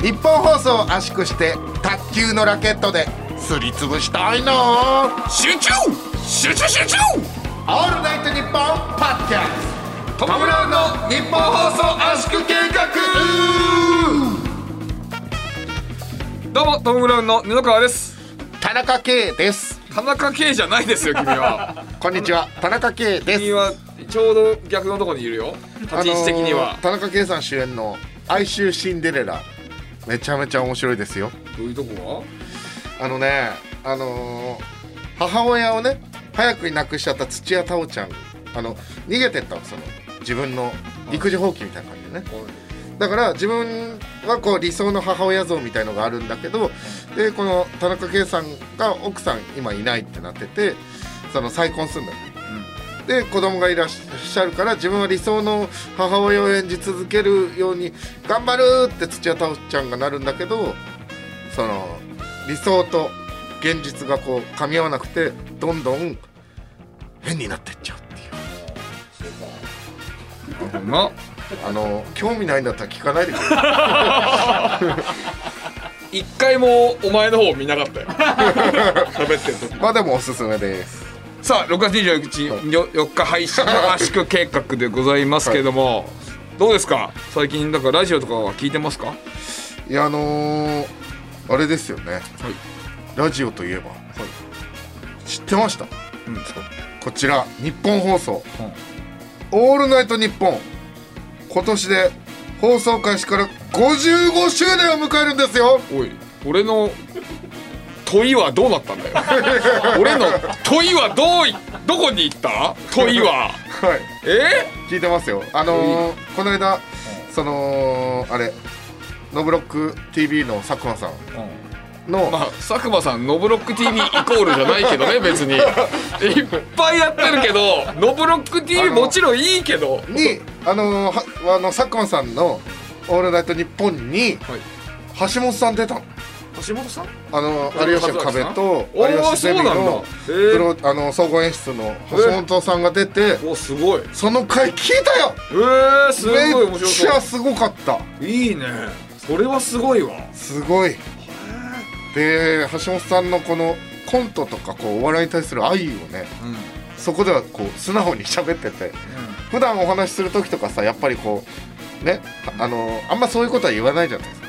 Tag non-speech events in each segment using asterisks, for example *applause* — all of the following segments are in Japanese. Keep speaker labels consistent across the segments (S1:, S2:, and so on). S1: 日本放送を圧縮して卓球のラケットですりつぶしたいな
S2: 集中集中集中
S1: オールナイトニッポンパッキャストム・ブラウンの日本放送圧縮計画
S2: どうもトム・ブラウンの布川です
S1: 田中圭です
S2: 田中圭じゃないですよ君は
S1: こんにちは田中圭です
S2: 君はちょうど逆のところにいるよ立ち位置的に
S1: あ
S2: は
S1: のー、田中圭さん主演の「哀愁シンデレラ」めちゃめちゃ面白いですよ
S2: どういうとこ
S1: あのねあのー母親をね早くに亡くしちゃった土屋太鳳ちゃんあの逃げてったのその自分の育児放棄みたいな感じでね
S2: は
S1: だから自分はこう理想の母親像みたいのがあるんだけどでこの田中圭さんが奥さん今いないってなっててその再婚するんだよ、で子供がいらっしゃるから自分は理想の母親を演じ続けるように頑張るって土屋太鳳ちゃんがなるんだけどその理想と現実がこう噛み合わなくてどんどん変になってっちゃうっていう。
S2: うま
S1: あの興味ないんだったら聞かないでくれ
S2: 一回もお前の方見なかったよ喋ってる時
S1: *laughs* まあでもおすすめです。
S2: さあ6月24日、よ4日配信の圧縮計画でございますけれども、どうですか最近だからラジオとかは聞いてますか
S1: いやあのー、あれですよねラジオといえば、知ってました
S2: うん
S1: こちら日本放送
S2: う
S1: 「
S2: ん
S1: オールナイトニッポン」今年で放送開始から55周年を迎えるんですよ
S2: おい俺の問いはどうなったんだ *laughs* よ俺の問いはどういどこに行った問いは
S1: はい
S2: え
S1: 聞いてますよあのー、この間そのあれノブロック TV の佐久間さんの、
S2: まあ佐久間さん「ノブロック TV」イコールじゃないけどね別にいっぱいやってるけど「ノブロック TV」もちろんいいけど
S1: にあのー、はあの佐久間さんの「オールナイトニッポン」に
S2: はい
S1: 橋本さん出たの
S2: 橋本さん
S1: あの有吉の壁と
S2: おー
S1: 有吉ゼミ
S2: そうなんだ
S1: の
S2: えー
S1: プロあの総合演出の橋本さんが出て
S2: おすごい
S1: その回聞いたよ
S2: えー、すごい
S1: め
S2: 面
S1: っ
S2: 白
S1: ち
S2: そ
S1: ゃすごかった
S2: ういいねそれはすごいわ
S1: すごいで橋本さんのこのコントとかこうお笑いに対する愛をね
S2: うん、うん、
S1: そこではこう素直に喋ってて普段お話しする時とかさやっぱりこうねあのあんまそういうことは言わないじゃないですか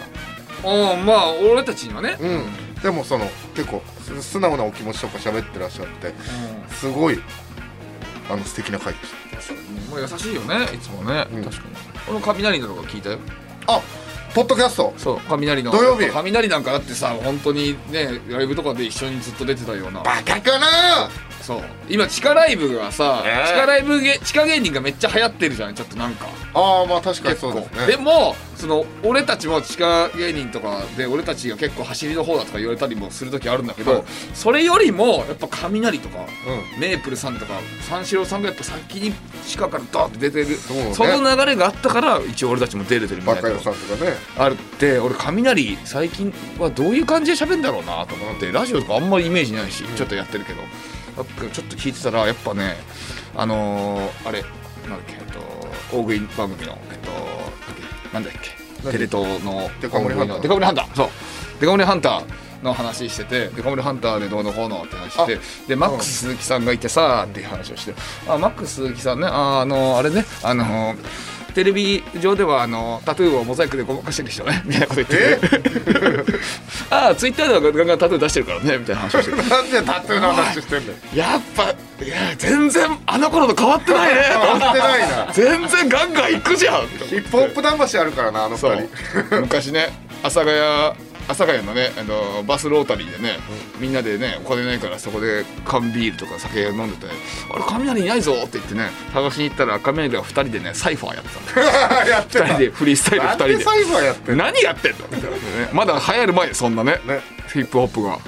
S2: あまあ俺たちにはね、
S1: うんでもその結構す素直なお気持ちとか喋ってらっしゃってすごいあの素敵な回でした
S2: うん、まあ優しいよねいつもね、
S1: うん
S2: 確かに俺も雷のとか聞いたよ
S1: あポッドキャスト
S2: そう雷の
S1: 土曜日
S2: 雷なんかだってさ本当にねライブとかで一緒にずっと出てたような
S1: バカかな
S2: そう今地下ライブがさ、
S1: えー
S2: 地下ライブげ地下芸人がめっちゃ流行ってるじゃんちょっとなんか
S1: ああまあ確かに
S2: 結
S1: そう
S2: 構
S1: ですね
S2: でもその俺たちも地下芸人とかで俺たちが結構走りの方だとか言われたりもする時あるんだけど、
S1: はい
S2: それよりもやっぱ雷とか、
S1: う
S2: メープルさんとか三四郎さんがやっぱ先に地下からドーって出てる
S1: そうね
S2: の流れがあったから一応俺たちも出れてるみた
S1: バ
S2: いな
S1: カよさんとかね
S2: あるって俺雷最近はどういう感じで喋るんだろうなと思ってラジオとかあんまりイメージないし、ちょっとやってるけどやっぱちょっと聞いてたらやっぱねあのー、あれなんだっけ、えっと、大食い番組のえっとなんだっけ
S1: 何
S2: テレ東の
S1: デカ盛りハンター
S2: 大食いのデカ盛りハンターそうデカ盛りハンターの話しててデカ盛りハンターでどうのこうのって話してでマックス鈴木さんがいてさっていう話をしてあマックス鈴木さんねああのあれねあのテレビ上ではあのタトゥーをモザイクでごまかしてる人ねみたいなこと言ってて *laughs* ああツイッターではガンガンタトゥー出してるからねみたいな話をして
S1: なんでタトゥーの話してんだよ
S2: やっぱいや全然あの頃と変わって *laughs* ないね
S1: 変わってないな
S2: 全然ガンガン行くじゃん
S1: ヒップホップ魂あるからなあの二
S2: そ
S1: 人
S2: う昔ね阿佐ヶ谷阿佐ヶ谷のねあのバスロータリーでね、みんなでねお金ないからそこで缶ビールとか酒飲んでて「あれ雷いないぞ」って言ってね探しに行ったら雷が2人でねサイファーやってた
S1: *laughs*
S2: んだよ
S1: *laughs* やって
S2: 2人でフリースタイル2
S1: なん
S2: 人
S1: で
S2: で
S1: サイファーやってんの
S2: 何やってんだみたいなねまだ流行る前そんなね
S1: ね
S2: ヒップホップが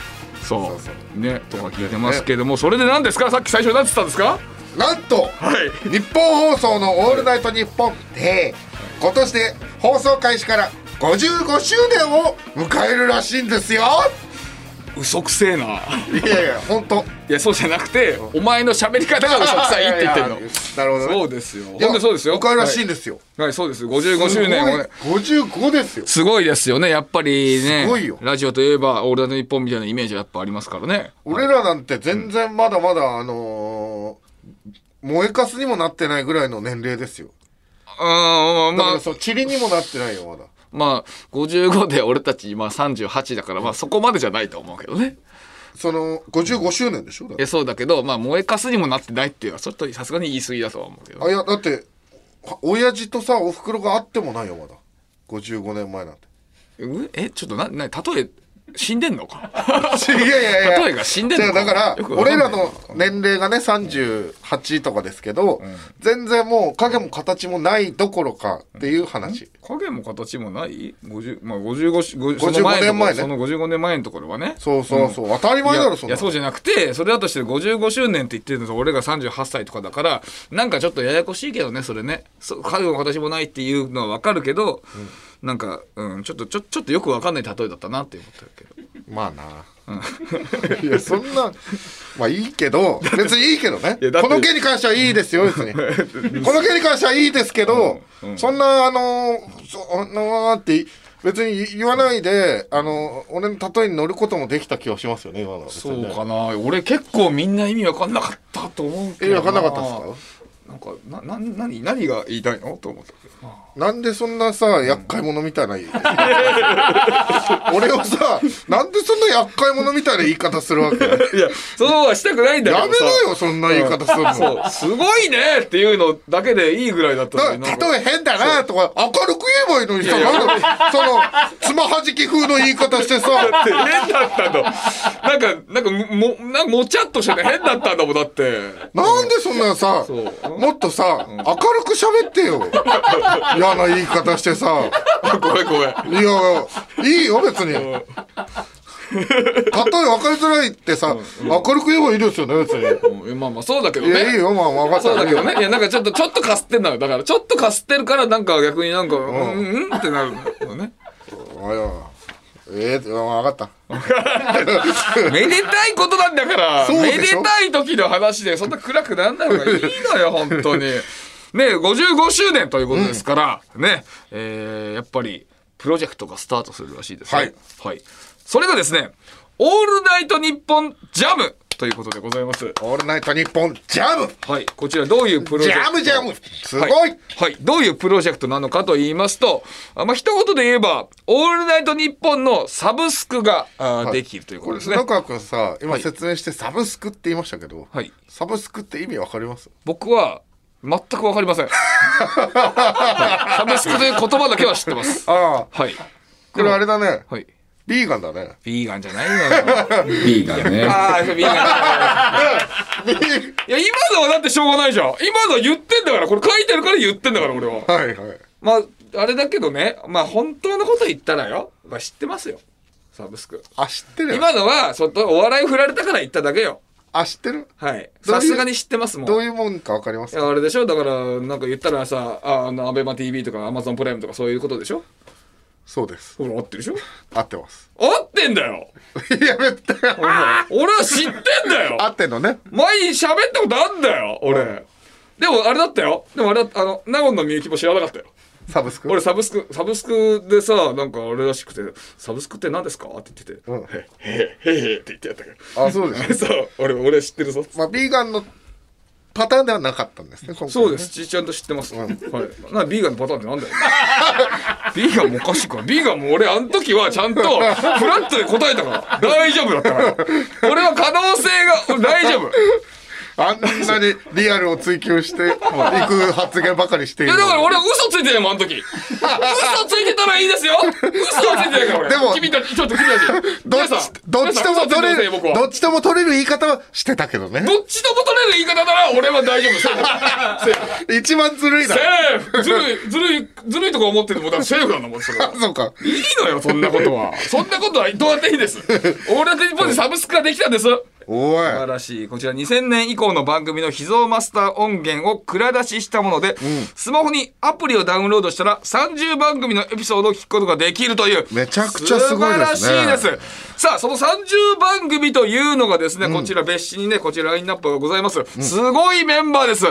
S2: そう
S1: そうそ
S2: ねとか聞いてますけどもそれで何ですかさっき最初何つったんですか
S1: なんと
S2: はい
S1: 日本放送の「オールナイトニッポン」で今年で放送開始から55周年を迎えるらしいんですよ
S2: 嘘くせえない
S1: やいや本当
S2: いやそうじゃなくてお前の喋り方が嘘くさいって言ってるの
S1: いやいやなるほどね
S2: そうですよ本
S1: いや
S2: 当にそうですよ
S1: おかえりらしいん
S2: は
S1: ですよ、
S2: い、はい、そうです55周年をね
S1: 五十五ですよ
S2: すごいですよねやっぱりね
S1: すごいよ
S2: ラジオといえば「オールナイトニッポン」みたいなイメージはやっぱありますからね
S1: 俺らなんて全然まだまだあのー燃えかすにもなってないぐらいの年齢ですよ
S2: うん
S1: だ
S2: ま
S1: か
S2: あ
S1: らそう塵にもなってないよまだ
S2: まあ55で俺たち今38だからまあそこまでじゃないと思うけどね
S1: その55周年でしょだっ
S2: い
S1: て
S2: やそうだけどまあ燃えかすにもなってないっていうのはちょっとさすがに言い過ぎだとは思うけど
S1: あいやだっては親父とさおふくろがあってもないよまだ55年前なんて
S2: うえちょっとなな例え死んでんのか
S1: *laughs* いやいやいや
S2: 例えが死んでん
S1: じ
S2: の
S1: ゃ
S2: か
S1: あだから
S2: よくわか
S1: 俺
S2: ん
S1: ら
S2: ない
S1: の年齢がね38とかですけど、全然もう影も形もないどころかっていう話、
S2: 影も形もない50、まあ、55
S1: 55年前ね
S2: その55年前のところはね
S1: そうそうそう、当たり前だろそ
S2: い
S1: んな
S2: や
S1: の
S2: そうじゃなくてそれだとして55周年って言ってるのと俺が38歳とかだからなんかちょっとややこしいけどねそれねそう影も形もないっていうのは分かるけど、なんか、うん、ちょっとちょちょっとよく分かんない例えだったなって思ってるけど
S1: まあな、 *laughs* いやそんなまあいいけど別にいいけどね
S2: いやだって
S1: この件に関してはいいですよ
S2: *laughs*
S1: 別にこの件に関してはいいですけど、そんなあのーそんなーって別に言わないであのー俺の例えに乗ることもできた気がしますよね今のは別
S2: そ
S1: に
S2: う
S1: ね
S2: かな俺結構みんな意味分かんなかったと思うけ
S1: え
S2: ど
S1: 分かんなかったですか
S2: なんかなな何何が言いたいのと思ったけどな
S1: なんでそんなさ厄介者みたいな
S2: *laughs*
S1: 俺をさなんでそんな厄介者みたいな言い方するわけや
S2: いや、そうはしたくないんだ
S1: め
S2: け
S1: な
S2: どさ。
S1: よそんな言い方するの
S2: そう、すごいねっていうのだけでいいぐらいだったの
S1: だ
S2: になんか
S1: 例え変だなとか明るく言えばいいのにさなんかそのつまはじき風の言い方してさ
S2: って変だったの。なんか、なんかも、も、なんかもちゃっとしてて変だったんだもん、だって。
S1: なんでそんなさ
S2: そう
S1: もっとさ明るく喋ってよ嫌な言い方してさ
S2: ごめんごめん。
S1: いやいいよ別に例え分かりづらいってさ明るく言えばいいですよね別に。
S2: うんまあまあ、そうだけど
S1: いやいい
S2: ね。
S1: よまあ分かった
S2: そうだけどね。いや、なんかちょっと、ちょっとかすってんだよ。だから、ちょっとかすってるから、なんか逆になんか、うん、うんってなるのね。
S1: おいおいええ分かった
S2: めでたいことなんだから
S1: そうで
S2: め
S1: しょ
S2: でたい時の話でそんな暗くなんない方がいいのよ本
S1: *laughs*
S2: 当にね55周年ということですから、ね、えーやっぱりプロジェクトがスタートするらしいですね
S1: はい、
S2: はい、それがですね「オールナイトニッポンジャム」ということでございます
S1: 「オールナイトニッポンジャム
S2: はいこちらどういうプロジ
S1: ジ
S2: ェクト
S1: ャムジャムすご
S2: はいい、はい、どういうプロジェクトなのかと言いますと、あまあ、一言で言えば「オールナイトニッポン」のサブスクが、あーできるという
S1: こ
S2: こ
S1: とれ
S2: ですね
S1: 野。川君さ今説明してサブスクって言いましたけど、
S2: はい
S1: サブスクって意味わかります
S2: 僕は全くわかりません、はいサブスクという言葉だけは知ってます
S1: ああ
S2: はい
S1: これあれだね
S2: はい
S1: ビーガンだね
S2: ビーガンじゃないのよビーガンねああビーガン
S1: ビー
S2: いや今のはだってしょうがないじゃん今のは言ってんだからこれ書いてるから言ってんだから俺は
S1: はいはい
S2: まああれだけどねまあ本当のこと言ったらよ、まあ、知ってますよサブスク
S1: あ知ってるよ
S2: 今のはそっとお笑い振られたから言っただけよ
S1: あ知ってる
S2: はい
S1: どういう
S2: さすがに知ってますもん
S1: どういうもんかわかりま
S2: い
S1: す
S2: やあれでしょだからなんか言ったらさああのアベマ t v とかアマゾンプライムとかそういうことでしょ
S1: そうです
S2: ほら合ってるでしょ
S1: 合ってます *laughs*
S2: 合ってんだよ
S1: いやめて
S2: 俺は知ってんだよ
S1: 合ってんのね
S2: 前に喋ったことあんだよ俺でもあれだったよでもあれだあの納言のみゆきも知らなかったよ
S1: サブスク
S2: 俺サブスクサブスクでさなんかあれらしくて「サブスクって何ですか?」って言ってて「
S1: うん
S2: へへへへ」って言ってやったか
S1: あそうです
S2: *laughs* らそう俺俺知ってるぞ
S1: まあビーガンのパターンではなかったんですね今回ね
S2: そうですちちゃんと知ってます、はいなビーガンのパターンってなんだよ *laughs* ビーガンもおかしいからビーガンも俺あの時はちゃんとフラットで答えたから大丈夫だったから俺は可能性が大丈夫
S1: あんなにリアルを追求していく発言ばかりしてい
S2: い
S1: る
S2: や
S1: の
S2: だ
S1: に
S2: から俺は嘘ついてるもんあの時嘘ついてたらいいですよ嘘はついてないから俺
S1: でも
S2: 君たちちょっと君たち
S1: *laughs* どっ
S2: 皆
S1: ち
S2: さん
S1: どっちとも
S2: 皆さん嘘ついて
S1: 取れ
S2: ませんよ
S1: る
S2: 僕は
S1: どっちとも取れる言い方はしてたけどね
S2: どっちとも取れる言い方なら俺は大丈夫セー
S1: *laughs* 一番ずるいだ
S2: フセーフずるいずるいずるいとか思っててもだからセーフなんだもんそれは
S1: そうか
S2: いいのよそんなことはそんなことはどうだっていいです俺だって日本でサブスクができたんです
S1: お
S2: 素晴
S1: い
S2: らしいこちら2000年以降の番組の秘蔵マスター音源を蔵出ししたもので、スマホにアプリをダウンロードしたら30番組のエピソードを聞くことができるという
S1: めちゃくちゃすごいですね
S2: 素晴らしいですさあその30番組というのがですね、こちら別紙にねこちらラインナップがございます、すごいメンバーです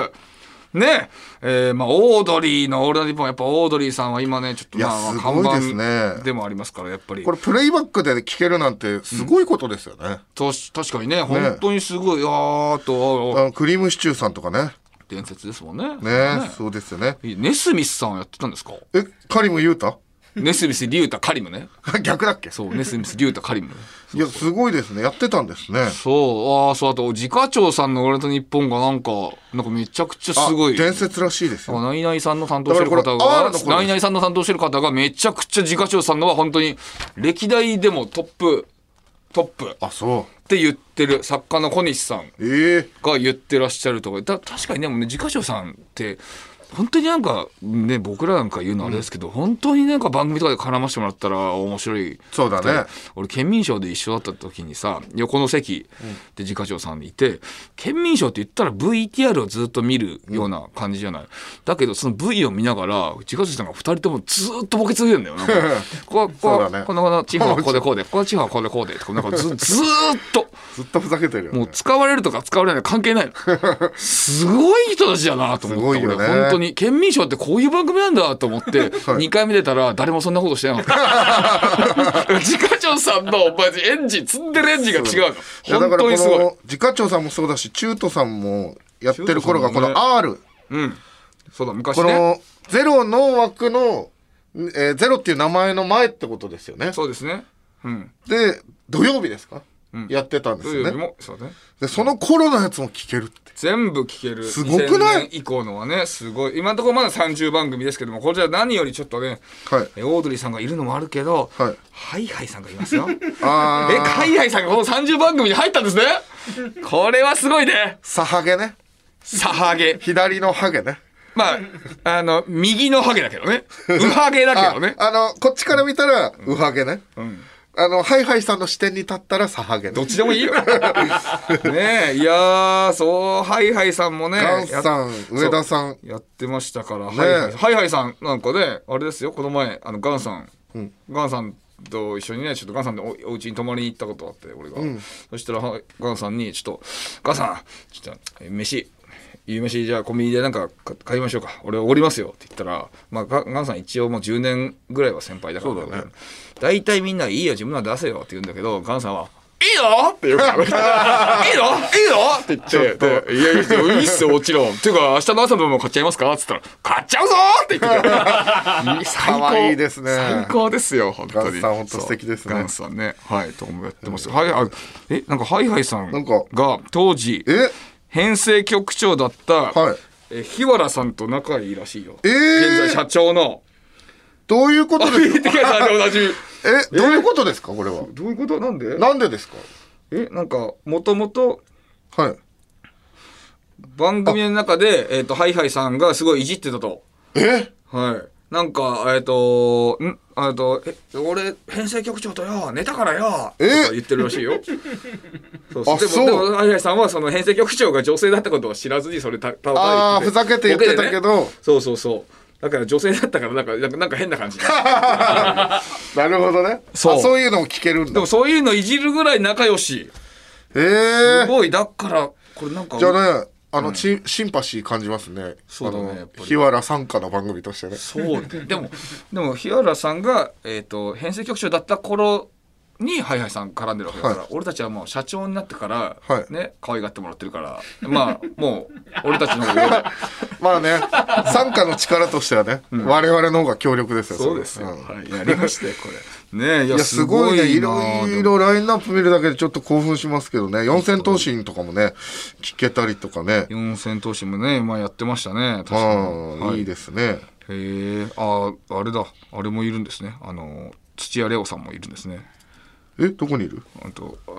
S2: ねえーまあ、オードリーの「オールナイトニッポン」やっぱオードリーさんは今ねちょっと
S1: いや
S2: まあ
S1: す
S2: まあ
S1: ごいですね
S2: 看板でもありますからやっぱり
S1: これプレイバックで聴けるなんてすごいことですよね、
S2: とし確かにね本当にすごい、あーっと
S1: あのクリームシチューさんとかね
S2: 伝説ですもんね。
S1: ねそうですよね
S2: ねネスミスさんはやってたんですか
S1: えカリム言うた *laughs*
S2: ネスミス、リュータ、カリムね。
S1: 逆だっけ
S2: そう、ネスミス、リュータ、カリム。
S1: いやすごいですねやってたんですね
S2: そう、ああ、そう、あと、自家長さんの俺と日本がなんか、なんかめちゃくちゃすごい。
S1: 伝説らしいですよ
S2: ナイナイさんの担当してる
S1: だか
S2: 方
S1: らこれ R の
S2: が
S1: 頃、です
S2: ナイナイさんの担当してる方がめちゃくちゃ自家長さんのは本当に、歴代でもトップ、トップっ
S1: あそ
S2: て言ってる作家の小西さん
S1: うええ
S2: が言ってらっしゃるとかだ確かにでもね自家長さんって本当になんかね僕らなんか言うのあれですけど、本当になんか番組とかで絡ましてもらったら面白い
S1: そうだね
S2: 俺県民賞で一緒だった時にさ横の席で自家長さんいて、県民賞って言ったら VTR をずっと見るような感じじゃない、だけどその V を見ながら自家長さんが2人ともずっとボケ続けるん
S1: *laughs*
S2: だよなんかこここ
S1: そうだね
S2: このこの地方はこうでこうでこの地方はこうでこうでとかなんかず *laughs* ずーっと。
S1: ずっとふざけてるよ、ね、
S2: もう使われるとか使われないとか関係ないのすごい人たちだなと思った
S1: すごいよね
S2: 俺本当に県民賞ってこういう番組なんだと思
S1: *laughs*
S2: って2回目出たら誰もそんなことしてなかった
S1: *laughs*
S2: 自家長さんのお前エンジン積んでるエンジンが違う
S1: いやだか
S2: の本
S1: らこ
S2: 当にすごい
S1: の自家長さんもそうだし中途さんもやってる頃がこ
S2: 中
S1: の R、
S2: うんそうだ昔
S1: こ
S2: ね
S1: のゼロの枠の、えーゼロっていう名前の前ってことですよね
S2: そうですねうん
S1: で土曜日ですか、やってたんです
S2: という
S1: よ
S2: より
S1: ね
S2: もそうだね
S1: でその頃のやつも聞けるって
S2: 全部聞ける
S1: すごくない
S2: 2000年以降のはねすごい今のところまだ30番組ですけどもこれじゃ何よりちょっとね
S1: はい
S2: えオードリーさんがいるのもあるけど、
S1: はい
S2: ハイハイさんがいま
S1: *laughs*
S2: すよ
S1: あ
S2: え、
S1: あ
S2: 海外さんがこの30番組に入ったんですね。これはすごいね。
S1: サハゲね
S2: サハゲ。
S1: 左のハゲね
S2: まあ、あの、右のハゲだけどね。ウハゲだけ
S1: あ
S2: どね。
S1: あのこっちから見たらウハゲね、あのハイハイさんの視点に立ったらサハゲね
S2: どっちでもいいよ。ねえ、いやー、そう、ハイハイさんもね。
S1: ガンさん
S2: や
S1: 上田さん
S2: やってましたから、ハイハイハイハイさんなんかねあれですよこの前あのガンさん、ガンさんと一緒にねちょっとガンさんのおお家に泊まりに行ったことあって俺が、そしたらはガンさんにちょっと「ガンさんちょっとえ飯夕飯じゃあコンビニでなんかか買いましょうか俺おごりますよ」って言ったら、まあ、ガガンさん一応もう10年ぐらいは先輩だからだ、ね、大体みんな「いいよ自分ら出せよ」って言うんだけどガンさんは「いいの?」って言うから「いいのいいの?」って言ってでいやいや、いいっすよ、もちろん。っていうか、明日の朝の分も買っちゃいますかって言ったら、買っちゃうぞって言ってくれたいい *laughs* 最
S1: かわいいですね
S2: 最高ですよ、本当に。
S1: ガンさん本当素敵ですね
S2: そうガンさんね。はい、と思ってます。はい、あえ、なんか、ハイハイさん
S1: なんか
S2: が当時、
S1: え
S2: 編成局長だった、
S1: はい
S2: え日原さんと仲いいらしいよ。
S1: えー
S2: 現在社長 *laughs* の。
S1: どういうことです
S2: 見てください、おなじみ。
S1: えどういうことですかこれは
S2: どういうことなんで
S1: なんでですか
S2: え、なんか、もともと、
S1: はい
S2: 番組の中で、えっ、と、ハイハイさんがすごいいじってたと。
S1: え
S2: はい。なんか、えっ、と、んえっと、え、俺、編成局長とよ、寝たからよ、
S1: え
S2: とか言ってるらし
S1: *laughs*
S2: いよ。そうそう
S1: あ
S2: でも、
S1: そう
S2: でも、あやさんは、その編成局長が女性だったことを知らずに、それた、た
S1: あーふざけて言ってたけど
S2: そうそうそう。だから女性だったから、なんか、なんかなんか変な感じ。
S1: なるほどね
S2: そ
S1: あ
S2: う
S1: そういうのも聞けるん
S2: で
S1: だ
S2: も、そういうのいじるぐらい仲良し。
S1: *laughs* ええ
S2: すごい、だから、これなんか、
S1: じゃあね、あの、チシンパシー感じますね。
S2: そうだね
S1: あの
S2: やっぱり
S1: 日原参加の番組としてね。
S2: そうね。でも、でも、日原さんが、えっ、と、編成局長だった頃に、ハイハイさん絡んでるわけだから、
S1: はい
S2: 俺たちはもう社長になってから、
S1: はい
S2: ね、可愛がってもらってるから、まあ、もう、俺たちの
S1: *laughs*
S2: 方が。
S1: まあね、参加の力としてはね、我々の方が強力ですよ。れんい
S2: はい、やりまして、これ。ねえ、いや、
S1: や、すごいね。いろい
S2: ろ。
S1: ろラインナップ見るだけでちょっと興奮しますけどね。四千頭身とかもね、聞けたりとかね。
S2: 四千頭身もね、まあやってましたね。確
S1: あ
S2: かに。
S1: あ、いいですね。
S2: へえ、ああ、あれだ。あれもいるんですね。あの、土屋レオさんもいるんですね。
S1: え、どこにいる
S2: あと、あ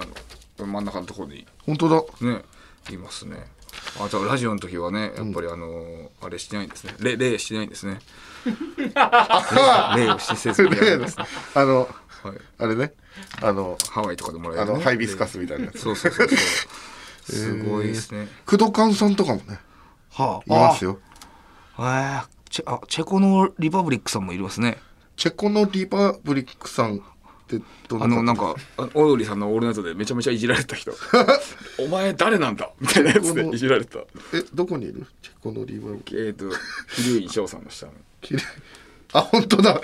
S2: の、真ん中のところに
S1: 本当だ。
S2: ねいますねあとラジオの時はねやっぱりあのーあれしてないんですね
S3: *laughs*
S1: *laughs*
S2: 例してないんですね例をしせずにやるんですね
S1: あの、
S2: はい
S1: あれねあの
S2: ハワイとかでもらえ
S1: あ
S2: る、
S1: の
S2: ね、
S1: ハイビスカスみたいなやつ
S2: そうそうそうそうすごいですね、
S1: 工藤勘さんとかもね
S3: はい
S1: ますよ
S3: あえーチェあチェコのリパブリックさんもいますね
S1: チェコのリパブリックさんってどんな
S2: あのなんかあオードリーさんの「オールナイト」でめちゃめちゃいじられた
S3: *laughs*
S2: 人「お前誰なんだ?」みたいなやつでいじられた
S1: えどこにいるチェコのリパブリック
S2: えっと桐生翔さんの下の
S1: きれい *laughs* あ本当 *laughs* だ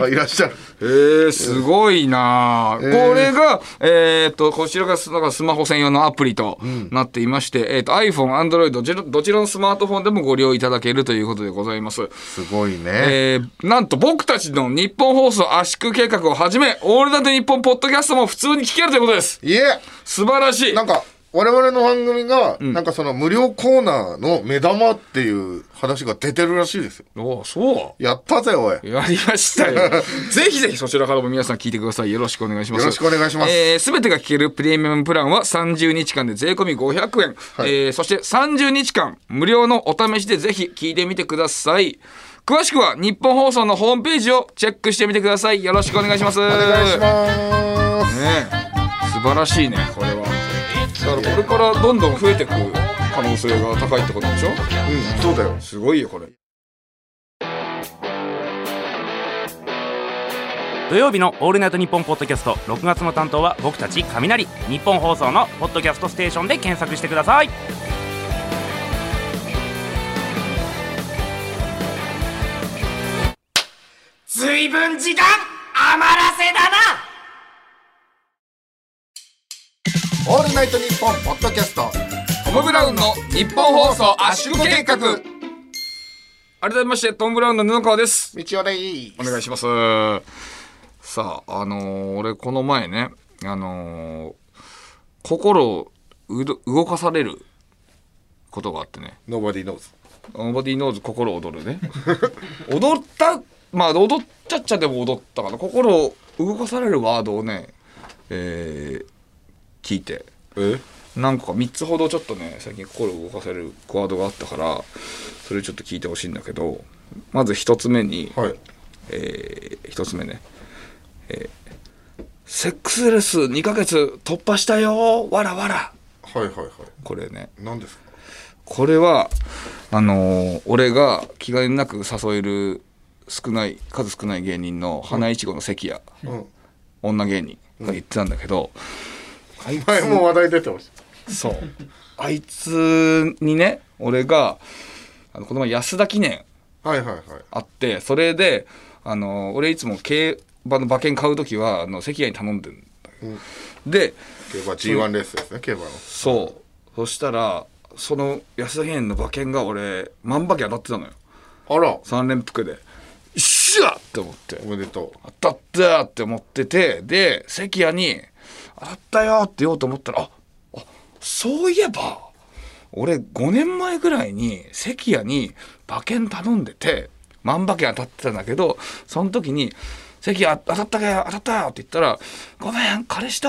S1: あいらっしゃる
S2: えー、すごいなあ、これが、えーっと、こちらがすなんかスマホ専用のアプリとなっていまして、えーっと、iPhone、Android どちら、どちらのスマートフォンでもご利用いただけるということでございます。
S1: すごいね、
S2: えー、なんと僕たちの日本放送圧縮計画をはじめ、オールナイト日本ポッドキャストも普通に聞けるということです。
S1: いえ
S2: 素晴らしい。
S1: なんか我々の番組が、なんかその無料コーナーの目玉っていう話が出てるらしいですよ
S2: おそ。
S1: やったぜおいう
S2: やりましたよ。ぜひぜひそちらからも皆さん聞いてください。よろしくお願いします。
S1: よろしくお願いします
S2: えー、すべてが聞けるプレミアムプランは30日間で税込み500円。
S1: はい
S2: えーそして30日間無料のお試しでぜひ聞いてみてください。詳しくは日本放送のホームページをチェックしてみてください。よろしくお願いします。お
S1: お願いします、
S2: ねえ素晴らしいねこれはだからこれからどんどん増えてく可能性が高いってことでしょ
S1: うんそうだよ
S2: すごいよこれ
S4: 土曜日の「オールナイトニッポン」ポッドキャスト6月の担当は僕たち雷日本放送の「ポッドキャストステーション」で検索してくださいずいぶん時間余らせだな
S1: 「オールナイトニッポン」ポッドキャスト
S2: トム・ブラウンの日本放送圧縮計画改めましてトム・ブラウンの布川です
S1: 道夫で
S2: お願いしますさああのー俺この前ねあのー心をうど動かされることがあってね
S1: Nobody knows
S2: ボディーノーズ心躍るね *laughs* 踊ったまあ踊っちゃっちゃでも踊ったかな心を動かされるワードをねえー聞いて
S1: え
S2: 何個か3つほどちょっとね最近心を動かされるワードがあったからそれちょっと聞いてほしいんだけどまず1つ目に、
S1: はい
S2: え1つ目ね、えーセックスレス2ヶ月突破したよわらわら」
S1: はいはいはい
S2: これね
S1: 何ですか
S2: これはあのー俺が気兼ねなく誘える少ない数少ない芸人の花いちごの関谷、
S1: うん
S2: 女芸人が言ってたんだけど、
S1: 前も話題出てました
S2: そうあいつにね俺があのこの前安田記念
S1: はいはいはい
S2: あってそれであの俺いつも競馬の馬券買う時はあの関谷に頼んでるんだけど、で
S1: 競馬 G1 レースですね競馬の
S2: そうそしたらその安田記念の馬券が俺万馬券当たってたのよ
S1: あら
S2: 3連複でよっしゃって思って
S1: おめでと
S2: 当たったーって思っててで関谷に「当たったよ」って言おうと思ったら「ああそういえば俺5年前ぐらいに関谷に馬券頼んでて万馬券当たってたんだけどその時に「関谷当たったかよ当たったよ」って言ったら「ごめん彼氏と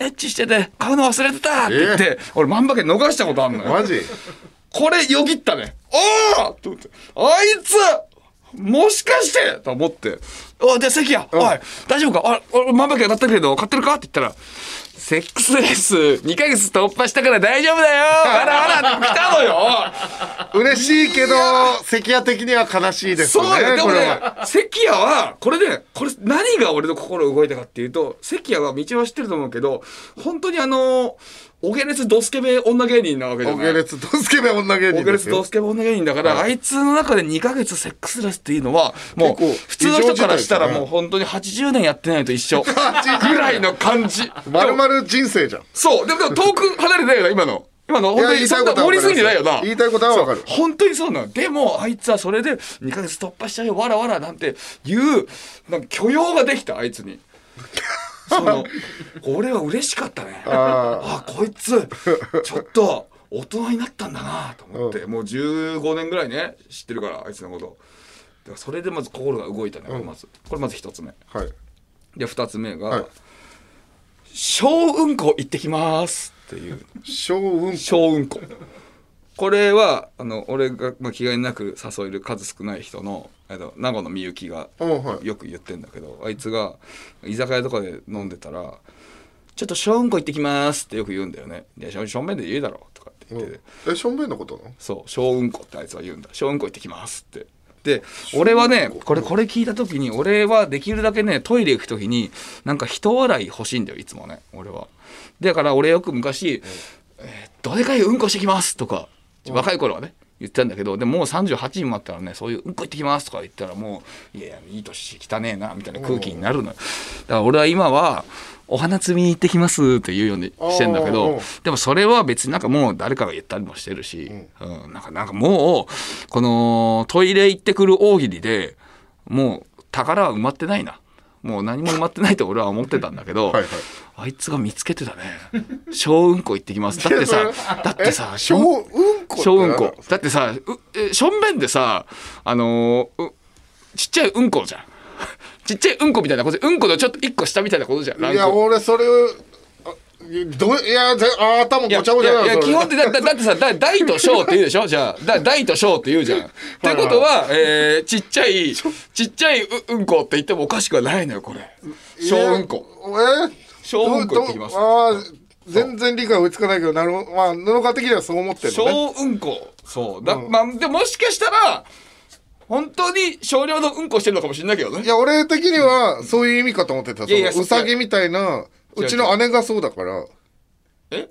S2: エッチしてて買うの忘れてた」って言って、俺万馬券逃したことあんの
S1: う
S2: よ。
S1: マ
S2: *laughs*
S1: ジ
S2: これよぎったね。おおと思って、あいつもしかしてと思って、おで、関谷、おい、大丈夫かあ、俺、万馬券当たったけど、買ってるかって言ったら、セックスレス2ヶ月突破したから大丈夫だよわらわらって来たのよ
S1: 嬉しいけど関谷的には悲しいですね
S2: そうよ、でも
S1: これ
S2: ね
S1: は、
S2: 関谷は、これね、これ、何が俺の心動いたかっていうと、関谷は道は知ってると思うけど、本当にあの、オゲレツドスケベ女芸人なわけじゃ
S1: オ
S2: ない
S1: ゲレツドスケベ女芸
S2: オ
S1: 人
S2: ーケ
S1: で
S2: レ
S1: す
S2: ス
S1: よ
S2: ドスケボーの芸人だから、あいつの中で2ヶ月セックスレスっていうのは、もう、
S1: 結構
S2: 普通の人からしたら
S1: 異常事態ですね
S2: もう本当に80年やってないのと一緒ぐらいの感じ。
S1: まるまる人生じゃん
S2: そう、でもでも遠く離れてないよな、今の。今の、本当
S1: いや言
S2: に
S1: いた
S2: そ
S1: い
S2: ん
S1: こ
S2: な
S1: とは分かり
S2: 盛り
S1: ます
S2: すぎてないよな。
S1: 言いたいことは分かる
S2: そう本当にそうなの。でも、あいつはそれで2ヶ月突破したよ、わらわらなんていう、なんか許容ができた、あいつに。そ
S1: *laughs*
S2: の、俺は嬉しかったね。
S1: あ
S2: あこいつちょっと大人になったんだなと思って、もう15年ぐらいね知ってるからあいつのことだからそれでまず心が動いたね、まずこれまず一つ目
S1: あはい
S2: で二つ目が
S1: はい
S2: 「小、雲うんこ行ってきます」っていう
S1: 小運
S2: 小うんここれはあの俺が、まあ、気概なく誘える数少ない人のえっと名護のみゆきが
S1: うんはい
S2: よく言ってんだけどあいつが居酒屋とかで飲んでたら「ちょっと小んこ行ってきます」ってよく言うんだよね「いやしょ正面で言えだろ」とかって言って、
S1: えしょんべんのことなの
S2: そう小うんこってあいつは言うんだ小うんこ行ってきますってで俺はねこれこれ聞いた時に俺はできるだけねトイレ行く時になんか人笑い欲しいんだよいつもね俺はだから俺よく昔「えーどでかいうんこしてきます」とか若い頃はね言ってたんだけどでももう38にもなったらねそういう「うんこ行ってきます」とか言ったらもう「いやいやいい年汚ねえな」みたいな空気になるのよだから俺は今は「お花摘みに行ってきます」って言うようにしてんだけ
S1: おーお
S2: ど
S1: ー
S2: でもそれは別になんかもう誰かが言ったりもしてるし、うんなんかなんかもうこのトイレ行ってくる大喜利でもう宝は埋まってないなもう何も埋まってないと俺は思ってたんだけど、
S1: *laughs* はいはい
S2: あいつが見つけてたね小うんこ行ってきますだってさだってさ
S1: 小うんこって
S2: 小うんこだってさうえしょんべんでさあのーうちっちゃいうんこじゃん *laughs* ちっちゃいうんこみたいなことうんこのちょっと一個下みたいなことじゃんラン
S1: い
S2: ク
S1: や俺それあどういやぜあ頭ごちゃごちゃだよ
S2: いやいや
S1: それ
S2: 基本ってだだだってさだ大と小って言うでしょじゃあだ大と小って言うじゃん。ってことは、えー、ちっちゃいちっちゃいううんこって言ってもおかしくはないのよこれ小うんこ。
S1: え
S2: 小うんこ行ってきます
S1: どどあー全然理解追いつかないけどなるほどまあ布川的にはそう思ってるのね
S2: 小うんこそうだ、まあでもしかしたら本当に少量のうんこしてるのかもしれないけどね
S1: いや俺的にはそういう意味かと思ってたそ
S2: いやいや
S1: のうさぎみたいな
S2: 違う
S1: うちの姉がそうだから
S2: え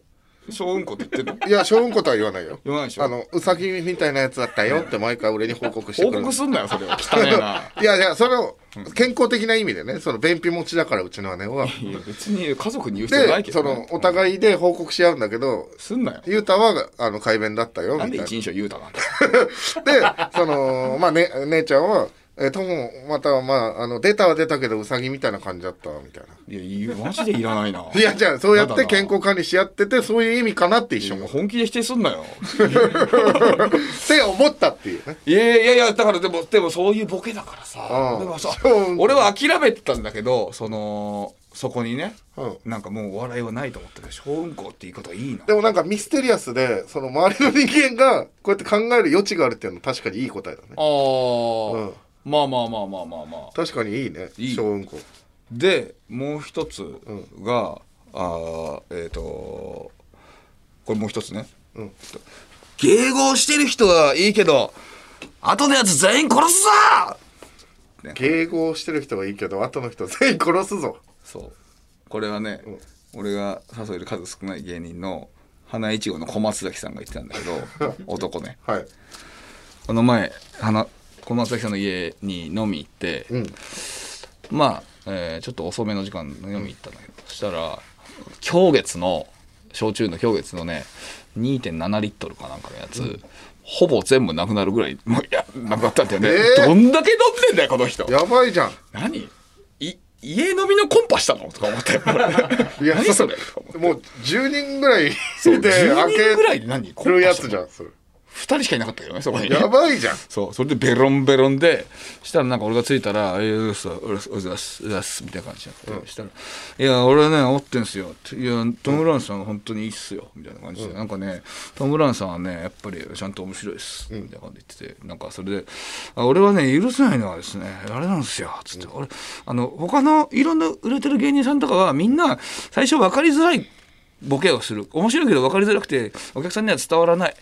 S2: 小うんこって言ってるの
S1: いや小うんことは言わない
S2: *laughs*
S1: よ
S2: 言わないでしょ
S1: あのうさぎみたいなやつだったよって毎回俺に報告して
S2: 報
S1: くる
S2: 告すんなよそれは汚ねえな
S1: *laughs* いやいやそれを健康的な意味でねその便秘持ちだからうちの姉
S2: *laughs*
S1: はい
S2: や別に家族に言う必要ない
S1: で
S2: け
S1: そ
S2: ど、ね、
S1: のお互いで報告し合うんだけど
S2: すんなよ
S1: 雄太はあの改便だったよみ
S2: な
S1: たい
S2: んで
S1: な
S2: 一人称言うたなんだ
S1: で、その、まあ、ね、姉ちゃんは、えー、とも、または、まあ、あの、出たは出たけど、うさぎみたいな感じだった、みたいな。
S2: いやいやマジでいらないない
S1: や、じゃあ、そうやっ
S2: やだ
S1: て
S2: な
S1: 健康管理し合ってて、そういう意味かなって一緒
S2: い
S1: も。
S2: や
S1: っ
S2: 本気で否定すんなよ
S1: て思ったっていうね。
S2: いやいやいやだからでもでもそういうボケだからさ
S1: うん
S2: でもさ
S1: *laughs* そう
S2: 俺は諦めてたんだけどそのそこにね
S1: うん
S2: なんかもうお笑いはないと思ってる小運行って言い方いいな
S1: でもなんかミステリアスで、その周りの人間が、こうやって考える余地があるっていうのは確かにいい答えだね。
S2: あー、
S1: うん
S2: まあまあまあまあまあまあ
S1: 確かにいいね。
S2: いい
S1: 小運行。
S2: でもう一つが、あーえっ、とこれもう一つね、
S1: ん
S2: 迎合してる人はいいけど後のやつ全員殺すぞ
S1: 迎合してる人はいいけど、後の人全員殺すぞ。
S2: そうこれはね、俺が誘える数少ない芸人の花いちごの小松崎さんが言ってたんだけど *laughs* 男ね
S1: はい。
S2: この前花小松崎さんの家に飲み行って、
S1: うん。
S2: まあ、えーちょっと遅めの時間の飲み行ったんだけど、そしたら氷月の焼酎の氷月のね2.7リットルかなんかのやつ、ほぼ全部なくなるぐらいもういやなくなったんだよね、
S1: えー
S2: どんだけ飲んでんだよこの人
S1: やばいじゃん。
S2: 何い家飲みのコンパしたのとか思ったよ
S1: い
S2: 俺
S1: や
S2: 何それ
S1: もう10人ぐらい
S2: そう
S1: で
S2: 10
S1: 開
S2: 人ぐらい
S1: け
S2: で何コ
S1: る
S2: ンパ
S1: や
S2: した
S1: つ
S2: の
S1: じゃん。それ
S2: 2人しかいなかったけどねそこに
S1: やばいじゃん。
S2: *laughs* そうそれでベロンベロンでしたらなんか俺が着いたら「えー、うっすうっすうっすうっすうっす」みたいな感じになって、したら「いや俺ね思ってんすよ」っていやトム・ブラウンさんは本当にいいっすよ」みたいな感じで、なんかねトム・ブラウンさんはねやっぱりちゃんと面白いっす、みたいな感じで言っててなんかそれで「あ俺はね許せないのはですねあれなんですよ」つって、俺あの他のいろんな売れてる芸人さんとかはみんな最初分かりづらいボケをする面白いけど分かりづらくてお客さんには伝わらない、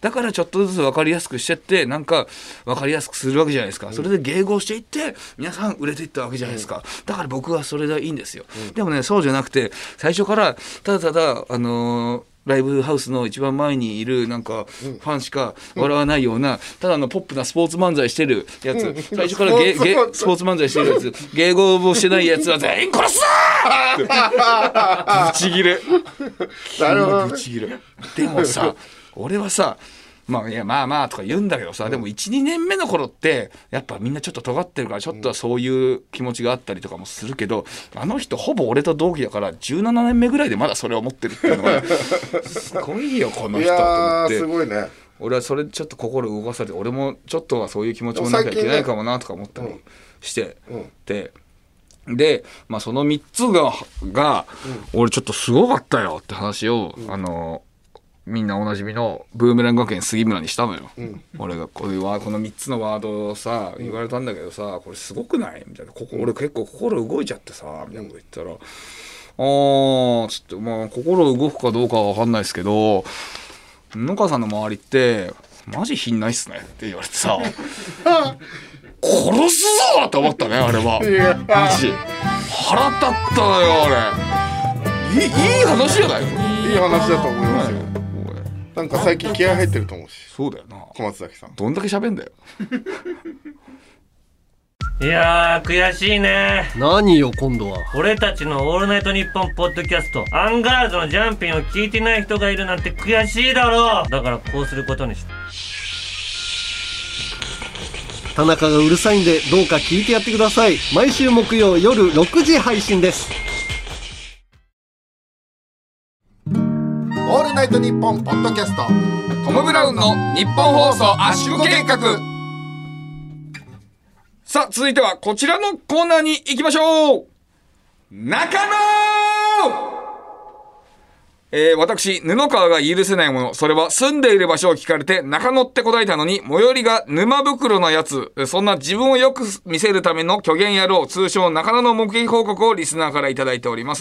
S2: だからちょっとずつ分かりやすくしてってなんか分かりやすくするわけじゃないですか、それで迎合していって皆さん売れていったわけじゃないですか、だから僕はそれがいいんですよ、でもねそうじゃなくて最初からただただあのーライブハウスの一番前にいるなんかファンしか笑わないような、ただのポップなスポーツ漫才してるやつ、最初からゲ
S1: スポーツ漫才
S2: ゲスポーツ漫才してるやつ迎合もしてないやつは全員殺すぞーブチギレ
S1: なるほどね
S2: ぶち切るで
S1: *laughs*
S2: もさ俺はさまあいやまあまあとか言うんだけどさ、でも12年目の頃ってやっぱみんなちょっと尖ってるからちょっとはそういう気持ちがあったりとかもするけど、あの人ほぼ俺と同期だから17年目ぐらいでまだそれを持ってるっていうのがすごいよこの
S1: い
S2: 人と思
S1: やー
S2: っ
S1: す
S2: て
S1: ごいね
S2: 俺はそれちょっと心動かされて俺もちょっとはそういう気持ちもなきゃいけないかもなとか思ったりして、
S1: うん
S2: でで、まあ、その3つがが、俺ちょっとすごかったよって話を、あのみんなおなじみのブーメラン学園杉村にしたのよ、
S1: ん
S2: 俺がこういうワーこの3つのワードをさ言われたんだけどさこれすごくないみたいなここ俺結構心動いちゃってさみたいなこと言ったら「ああちょっとまあ心動くかどうかは分かんないですけど野川さんの周りってマジ品ないっすね」って言われてさ殺すぞと思ったねあれは。
S1: や
S2: マジ腹立ったのよ俺いいいい話じゃないこれ
S1: いい話だと思いますよ
S2: おい
S1: なんか最近気合入ってると思うし
S2: そうだよな
S1: 小松崎さん
S2: どんだけ喋んだよ
S5: いやー悔しいね
S6: 何よ今度は
S5: 俺たちの「オールナイトニッポン」ポッドキャストアンガールズのジャンピンを聞いてない人がいるなんて悔しいだろうだからこうすることにした
S6: 田中がうるさいんでどうか聞いてやってください毎週木曜夜6時配信です
S1: 「オールナイトニッポン」ポッドキャスト
S2: トム・ブラウンの日本放送圧縮計画さあ続いてはこちらのコーナーに行きましょう中野えー私、布川が許せないもの、それは住んでいる場所を聞かれて中野って答えたのに、最寄りが沼袋のやつ、そんな自分をよく見せるための虚言野郎、通称中野の目撃報告をリスナーからいただいております。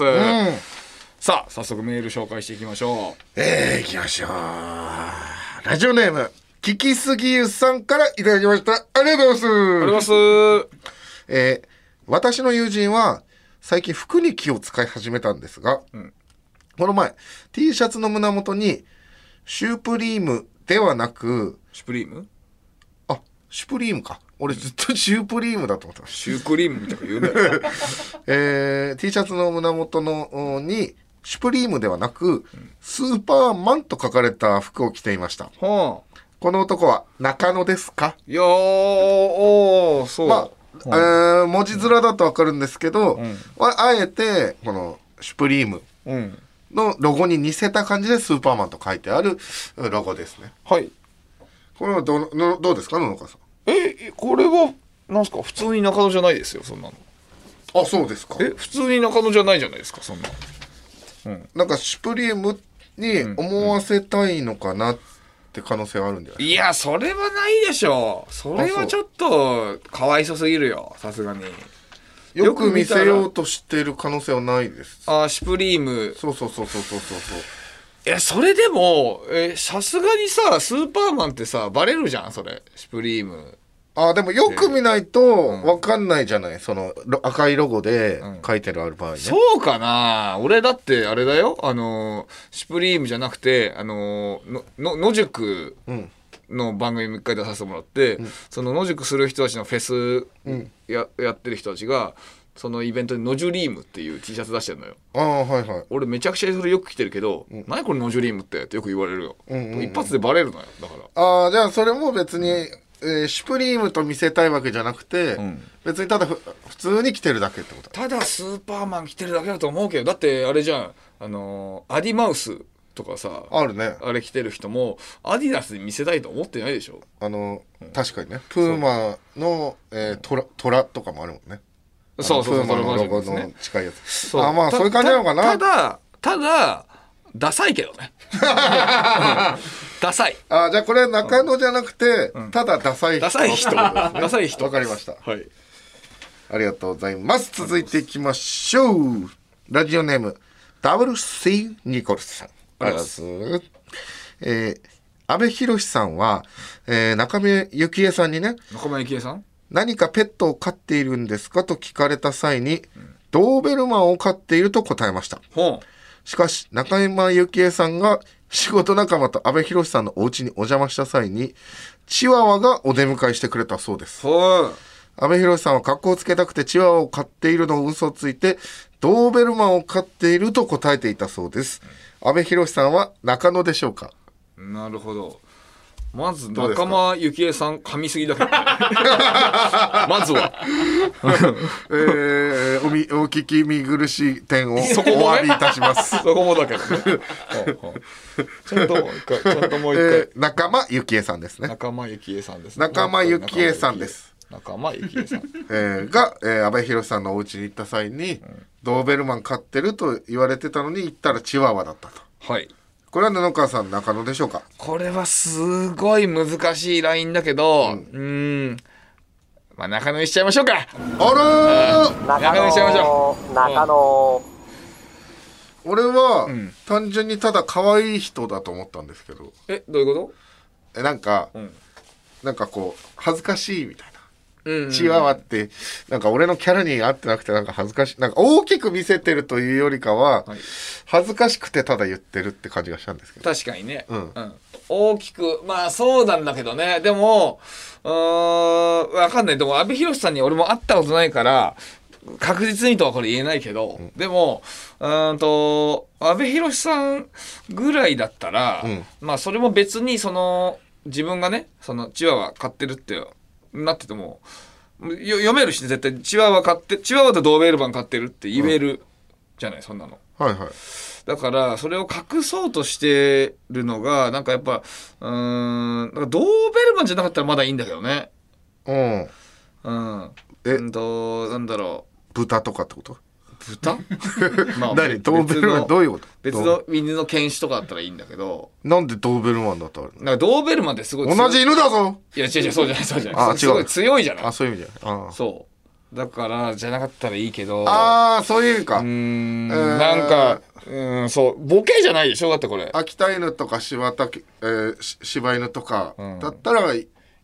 S2: さあ、早速メール紹介していきましょう。
S1: えー、いきましょうラジオネーム聞きすぎゆさんからいただきましたありがとうございます
S2: ありがとうございます。
S1: えー私の友人は最近服に気を使い始めたんですが、この前 T シャツの胸元にシュープリームではなく
S2: シュプリーム
S1: あシュプリームか俺ずっとシュープリームだと思ってまし
S2: シュークリームみたいな言うなよ。
S1: た、えー、T シャツの胸元のおにシュプリームではなく、スーパーマンと書かれた服を着ていました
S2: *laughs* はあ。
S1: この男は中野ですか
S2: いやー、おー、そう。
S1: まあ、えー文字面だとわかるんですけど、ああえてこのシュプリーム
S2: うん。
S1: のロゴに似せた感じでスーパーマンと書いてあるロゴですね。
S2: はい。
S1: これはどののどうですか野々花さ
S2: え、これは、なんすか、普通に中野じゃないですよ、そんなの。
S1: ん。あそうですか。
S2: え、普通に中野じゃないじゃないですか、そんな。
S1: なんかシュプリームに思わせたいのかなって可能性はあるんじゃない、
S2: いや、それはないでしょう。それはちょっと、かわいそすぎるよ、さすがに。
S1: よく見せよ
S2: う。
S1: うとしてる可能性はないです。
S2: あー、シュプリーム。
S1: そうそうそうそうそうそうそう。
S2: え、それでも、え、さすがにさ、スーパーマンってさ、バレるじゃん、それ。シュプリーム。
S1: あでもよく見ないとわかんないじゃない、そのロ赤いロゴで書いてるある場合ね。
S2: そうかな俺だってあれだよあのーシュプリームじゃなくてあのーのの野宿
S1: ん
S2: の番組も一回出させてもらって、その野宿する人たちのフェスや,、やってる人たちがそのイベントで「ノジュリーム」っていう T シャツ出してるのよ
S1: ああはいはい。
S2: 俺めちゃくちゃそれよく着てるけど「何これノジュリームって」ってよく言われるよ、一発でバレるのよだから
S1: ああじゃあそれも別に、えーシュプリームと見せたいわけじゃなくて、別にただふ普通に着てるだけってこと
S2: ただスーパーマン着てるだけだと思うけどだってあれじゃんあのーアディマウスとかさ
S1: あるね
S2: あれ着てる人もアディダスに見せたいと思ってないでしょ
S1: あの、確かにねプーマの、えー、トラトラとかもあるもんね
S2: そうそうそう
S1: プーマの
S2: そ
S1: ロ
S2: れ
S1: ゴ
S2: マジです
S1: の
S2: ね
S1: 近いやつ、あまあそういう感じなのかな
S2: たただただダサいけどねうんダサい
S1: あーじゃあこれは中野じゃなくて、ただダサい人
S2: ダサい
S1: *laughs*
S2: 人
S1: ってことですね
S2: ダサい人
S1: わかりました
S2: はい
S1: ありがとうございます続いていきましょうラジオネーム WC ニコルスさんありがとうございますえー安倍博さんは、えー中身幸恵さんにね、
S2: 中村幸恵さん
S1: 何かペットを飼っているんですかと聞かれた際に、ドーベルマンを飼っていると答えました。
S2: ほ
S1: しかし、中山幸恵さんが仕事仲間と安部寛さんのお家にお邪魔した際に、チワワがお出迎えしてくれたそうです
S2: う。ほ
S1: 安部寛さんは格好をつけたくてチワワを飼っているのを嘘をついて、ドーベルマンを飼っていると答えていたそうです。安部寛さんは中野でしょうか
S2: うなるほどまず
S1: うです
S2: 中
S1: か
S2: 間幸恵さん噛みすぎだけ
S1: *laughs*
S2: どねまずは
S1: えー、おみ、お聞き見苦しい点をお
S2: そこも
S1: 詫
S2: ね
S1: びいたします。 *laughs*
S2: そこもだけどねほうほうちゃんともう一回ちゃんともう一回、
S1: えー、仲間由紀恵さんですね、
S2: 仲間由紀恵さんです、
S1: 仲間由紀恵さんです
S2: 仲間由紀恵さん
S1: えーが、えー、安倍博さんのお家に行った際に、ドーベルマン飼ってると言われてたのに行ったらチワワだったと
S2: はい
S1: これは布川さん中野でしょうか
S2: これはすごい難しいラインだけど、うん、んまあ中野にしちゃいましょうか。
S1: あらー
S2: 中野にしちゃいましょ
S7: 中野、
S1: 俺は
S2: ん
S1: 単純にただ可愛い人だと思ったんですけど
S2: う。え、どういうこ
S1: えなんか、
S2: ん
S1: なんかこう恥ずかしいみたいな
S2: とうん。
S1: チワワってなんか俺のキャラに合ってなくてなんか恥ずかしいなんか大きく見せてるというよりかは、
S2: い
S1: 恥ずかしくてただ言ってるって感じがしたんですけど
S2: 確かにね、
S1: うん
S2: 大きくまあそうなんだけどねでもうーんわかんないでも阿部寛さんに俺も会ったことないから確実にとはこれ言えないけど、でもうーんと阿部寛さんぐらいだったら、
S1: ん
S2: まあそれも別にその自分がねそのチワワ買ってるってなっててもよ読めるしね絶対チワワ買ってチワワとドーベルバン買ってるって言えるじゃない、そんなの。
S1: はいはい
S2: だからそれを隠そうとしてるのがなんかやっぱうーんなんかドーベルマンじゃなかったらまだいいんだけどね
S1: うん
S2: うん
S1: え
S2: うんとなんだろ
S1: 豚とかってこと
S2: う
S1: *laughs*
S2: 豚ま
S1: 何ドーベルマンどういうこと
S2: 別
S1: ド
S2: の犬の犬種とかだったらいいんだけど
S1: なんでドーベルマンだったの
S2: なんかドーベルマンってすごい強い
S1: 同じ犬だぞ
S2: いや違う違うそうじゃないそうじゃない
S1: あ
S2: すすご
S1: 違う
S2: い強いじゃな
S1: あ
S2: い
S1: そういう意味じゃないあー
S2: そうだからじゃなかったらいいけど
S1: あーそういう意味か、
S2: うーん
S1: えー
S2: なんかうーんそうボケじゃないでしょだってこれ
S1: 秋田犬とか柴田け、えー、し柴犬とかだったら、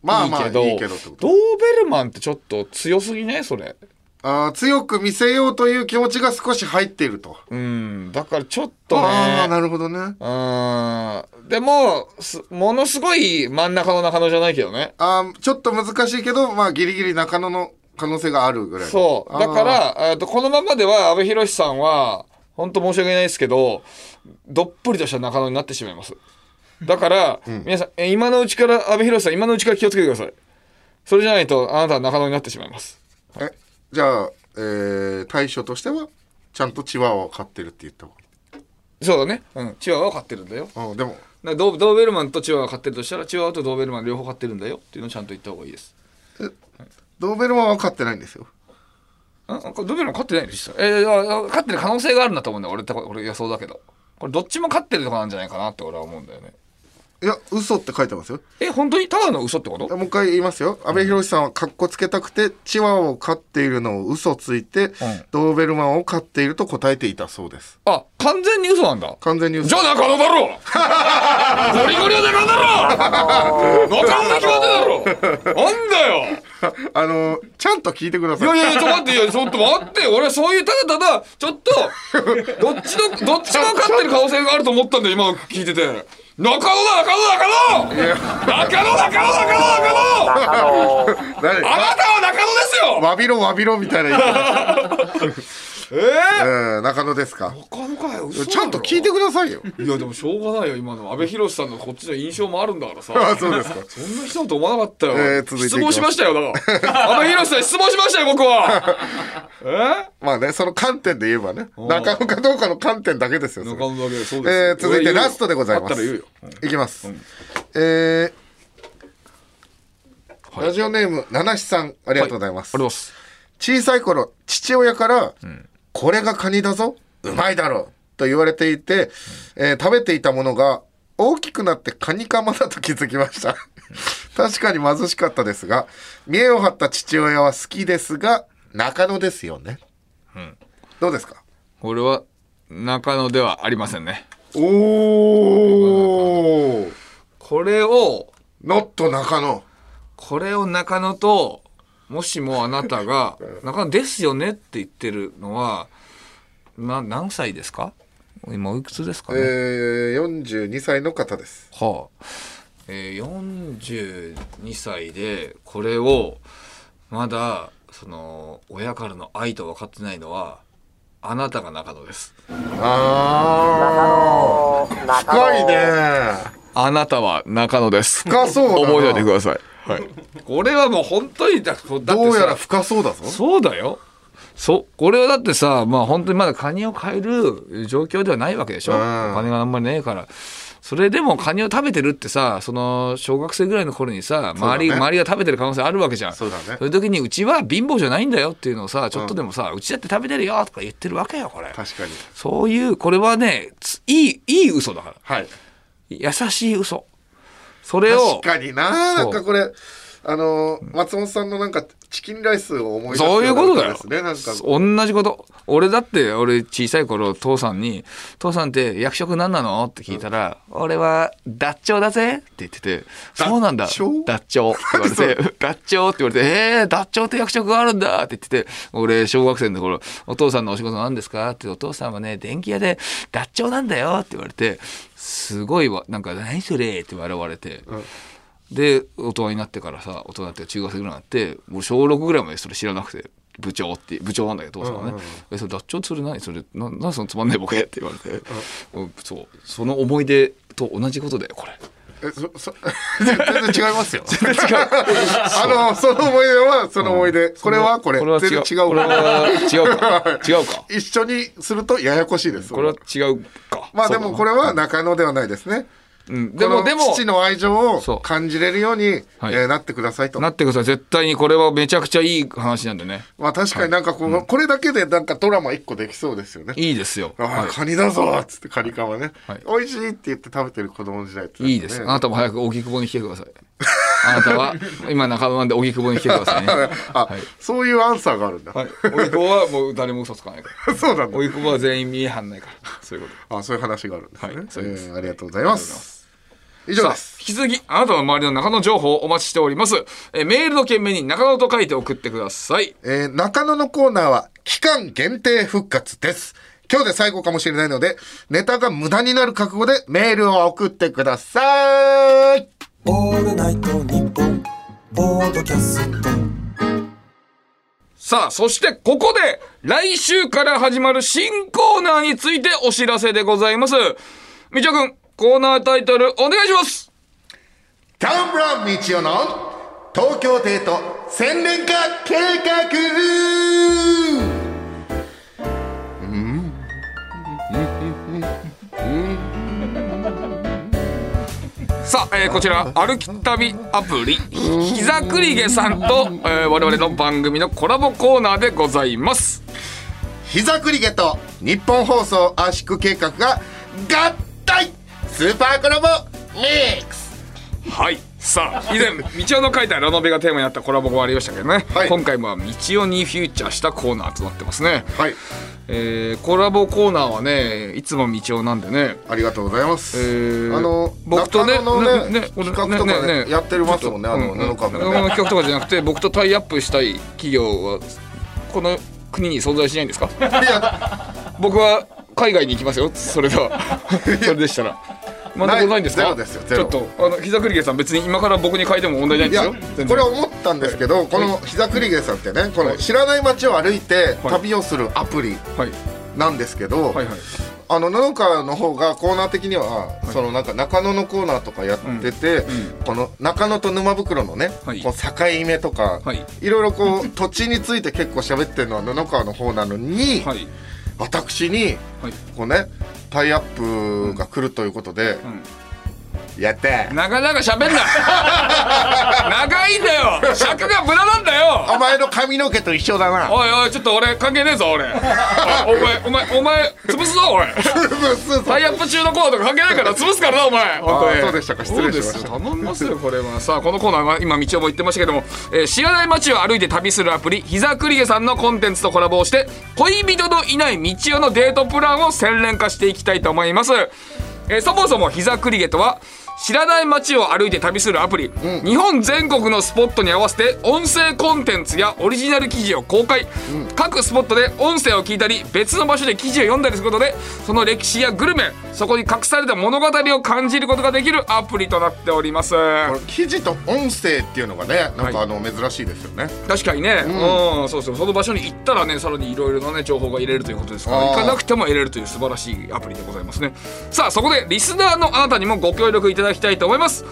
S1: まあまあいいけどってこと
S2: ドーベルマンってちょっと強すぎねそれ
S1: あー強く見せようという気持ちが少し入っていると。
S2: うんだからちょっと
S1: ああ
S2: ね
S1: なるほどね。
S2: うんでもすものすごい真ん中の中野じゃないけどね
S1: あーちょっと難しいけどまあギリギリ中野の可能性があるぐらいの。
S2: そう
S1: あー
S2: だからえーとこのままでは阿部寛さんは本当申し訳ないですけどどっぷりとした中野になってしまいますだから、皆さんえ今のうちから阿部寛さん今のうちから気をつけてくださいそれじゃないとあなたは中野になってしまいます
S1: えじゃあ、えー対処としてはちゃんとチワワを飼ってるって言った方
S2: そうだねうんチワワを飼ってるんだよだか
S1: がいい。うんでも
S2: らドードーベルマンとチワワを飼ってるとしたらチワワとドーベルマン両方飼ってるんだよっていうのをちゃんと言った方がいいです
S1: ドーベルマンは飼ってないんですよ。
S2: んこれドベルマン勝ってないでしょえーあ勝ってる可能性があるんだと思うんだよ俺って俺予想だけどこれどっちも勝ってるとかなんじゃないかなって俺は思うんだよね
S1: いや嘘って書いてますよ。
S2: え本当にただの嘘ってこと
S1: もう一回言いますよ阿部寛さんはかっこつけたくてチワワを飼っているのを嘘ついて、ドーベルマンを飼っていると答えていたそうです
S2: あ完全に嘘なんだ
S1: 完全に嘘
S2: じゃあ中野だろゴリゴリは中野だろ中野に決まってんだろなんだよ
S1: あのちゃんと聞いてくだ
S2: い
S1: さい
S2: やいやいやちょっと待っていやちょっと待って俺はそういうただただちょっとどっちのどっちも勝ってる可能性があると思ったんだよ今聞いてて中野だ中野中野中野中野中野中野
S7: 中野、
S1: 誰
S2: あなたは中野ですよ
S1: わびろわびろみたいな言い方、
S2: え
S1: えー、中野ですか
S2: ー、中野かよ
S1: ちゃんと聞いてくださいよ
S2: いやでもしょうがないよ今の阿部寛さんのこっちの印象もあるんだから
S1: *laughs*
S2: さ
S1: あそうですか
S2: そんな人だと思わなかったよ、
S1: えー続いていきます
S2: 質問しましたよだ
S1: *laughs*
S2: から阿部寛さんに質問しましたよ僕はえ
S1: まあねその観点で言えばね中野かどうかの観点だけですよ
S2: ー、
S1: それ
S2: 中野だけそうですよ、
S1: えー、続いてラストでございます
S2: あったら言うよ、
S1: いきます、えーラジオネーム七七さんありがとうございます、
S2: あります
S1: 小さい頃父親から、これがカニだぞうまいだろ」と言われていて、えー食べていたものが大きくなってカニカマだと気づきました確かに貧しかったですが見栄を張った父親は好きですが中野ですよね、どうですか
S2: これは中野ではありませんね
S1: おお
S2: これを
S1: ノット中野
S2: これを中野ともしもあなた *laughs* が「中野ですよね」って言ってるのはな何歳ですか今おいくつですか
S1: え
S2: ね、
S1: ー、42歳の方です
S2: はあ、えー、42歳でこれをまだその親からの愛と分かってないのはあなたが中野です
S1: あ
S7: 中野、
S1: あ深いね
S2: あなたは中野です
S1: 深そうだな
S2: 覚えておいてください、はい、これはもう本当にだだってさ
S1: どうやら深そうだぞ
S2: そうだよ。そう。これはだってさ、まあ本当にまだカニを買える状況ではないわけでしょ。お
S1: ん
S2: 金があんまりねえから。それでもカニを食べてるってさその小学生ぐらいの頃にさ
S1: そうだ
S2: 周
S1: ね
S2: り,、周りが食べてる可能性あるわけじゃん
S1: そうだね
S2: そういう時にうちは貧乏じゃないんだよっていうのをさちょっとでもさ、うちだって食べてるよとか言ってるわけよこれ
S1: 確かに
S2: そういうこれはねついいいい嘘だから
S1: はい
S2: 優しい嘘それを
S1: 確かになな
S2: そうん
S1: かこれあのー松本さんのなんかチキンライスを思い出す
S2: そういうことだよ
S1: ですねなんか
S2: 同じこと俺だって俺小さい頃父さんに「父さんって役職何なの?」って聞いたら「俺はダッチョウだぜ」って言ってて「
S1: ダッチョウ
S2: そうなんだダッチョウ」って言われて「ダッチョウ」って言われて「えー、ダッチョウって役職があるんだ」って言ってて俺小学生の頃「お父さんのお仕事何ですか?」って「お父さんはね電気屋でダッチョウなんだよ」って言われてすごいわなんか「何それ?」って笑われて。で大人になってからさ大人っていうか中学生ぐらいになって俺小6ぐらいまでそれ知らなくて部長って部長なんだけど父さんはね「えそれダッチョウそれ何それななんそのつまんないボケ」って言われて、うんそうその思い出と同じことだよこれ
S1: えそそ *laughs* 全然違い
S2: *laughs*
S1: ますよ全然違うあのその思い出はその思い出、 *laughs* これはこれ
S2: これは違う
S1: 全然違う
S2: これは違
S1: *laughs*
S2: うか違うか
S1: 一緒にするとややこしいです
S2: これは違うか
S1: まあでもこれは中野ではないですね
S2: うんで
S1: で
S2: も
S1: も
S2: で
S1: で
S2: も
S1: も父の愛情
S2: そ
S1: を
S2: う
S1: 感じれるように、え
S2: はい
S1: ーなってくださいと
S2: なってください絶対にこれはめちゃくちゃいい話なんでね
S1: まあ確かになんかこ,、うこれだけでなんかドラマ一個できそうですよね
S2: いいですよ、
S1: ああ、
S2: は
S1: カニだぞっつってカニカマね、
S2: はい
S1: 美味しいって言って食べてる子供時代って、
S2: い、いいですあなたも早く荻窪に来てくださいあなたは今中野なんで荻窪に来てくださいね
S1: *laughs* あ、
S2: はい
S1: そういうアンサーがあるんだ、
S2: はい、おいこはもう誰も嘘つかないから
S1: *laughs* そうなんだ
S2: おいこは全員見えはんないからそういうこ
S1: あそういう話があるんですね、
S2: はいそうです
S1: えーありがとうございます以上
S2: とさあ
S1: です
S2: 引き続きあなたの周りの中野情報をお待ちしておりますえーメールの件名に中野と書いて送ってください
S1: えー中野のコーナーは期間限定復活です。今日で最後かもしれないので、ネタが無駄になる覚悟でメールを送ってください。
S7: オールナイトニッポンポードキャスト
S2: さあそしてここで来週から始まる新コーナーについてお知らせでございますみちょくんコーナータイトルお願いします
S1: ダウンブラウン道夫の東京デート洗練化計画
S2: さあ、えーこちら歩き旅アプリ膝くりげさんと、えー我々の番組のコラボコーナーでございます
S1: 膝クリゲと日本放送圧縮計画が合体スーパーコラボミックス
S2: はいさあ以前道夫の書いたラノベがテーマになったコラボもありましたけどね、
S1: はい
S2: 今回も道夫にフューチャーしたコーナーとなってますね、
S1: はい、
S2: えーコラボコーナーはねいつも道夫なんでね
S1: ありがとうございます。
S2: えー
S1: あの
S2: 僕とね
S1: 中野のね
S2: 俺
S1: 企画とかねやってますもんねあの
S2: うん
S1: 布株
S2: 布
S1: ね。
S2: 企画とかじゃなくて僕とタイアップしたい企業はこの国に存在しないんですか
S1: いや
S2: 僕は海外に行きますよそれ
S1: *laughs*
S2: ではそれでしたらまだ
S1: ない
S2: ないんですか
S1: ゼロですよゼ
S2: ちょ
S1: ロ
S2: っとあの膝栗毛さん別に今から僕に書いても問題ないん
S1: い
S2: です
S1: や
S2: よ全然
S1: これ思ったんですけど、この膝クリゲさんってねこの知らない街を歩いて
S2: はい
S1: 旅をするアプリ
S2: はい
S1: なんですけど、
S2: はいはい
S1: あの農家の方がコーナー的には、そのなんか中野のコーナーとかやってて、この中野と沼袋のね、
S2: はい
S1: こう境目とか、
S2: はい
S1: い、ろいろこう *laughs* 土地について結構喋ってるのは布川の方なのに、
S2: はい
S1: 私に
S2: はい
S1: こうねタイアップが来るということで、やったー
S2: なかなか喋んな *laughs* 長いんだよ尺が無駄なんだよ
S1: お前の髪の毛と一緒だ *laughs* な。
S2: おいおいちょっと俺関係ねえぞ俺おいお前お前お前潰すぞ俺タイアップ中のコーナーとか関係ないから潰すからなお前本当に
S1: そうでしたか失礼しました
S2: そうですよ頼みますよこれはさあこのコーナーは今道夫も言ってましたけども、えー知らない街を歩いて旅するアプリ「膝栗毛さんのコンテンツとコラボをして恋人のいない道夫のデートプランを洗練化していきたいと思います、えーそもそも「膝栗毛とは知らない街を歩いて旅するアプリ、日本全国のスポットに合わせて音声コンテンツやオリジナル記事を公開、各スポットで音声を聞いたり別の場所で記事を読んだりすることでその歴史やグルメそこに隠された物語を感じることができるアプリとなっております
S1: これ記事と音声っていうのがねなん
S2: は
S1: かあの珍しいですよね、
S2: 確かにね、うんそうそうその場所に行ったらねさらにいろいろなね情報が入れるということですから
S1: あー
S2: 行かなくても入れるという素晴らしいアプリでございますねさあそこでリスナーのあなたにもご協力いただきたいと思います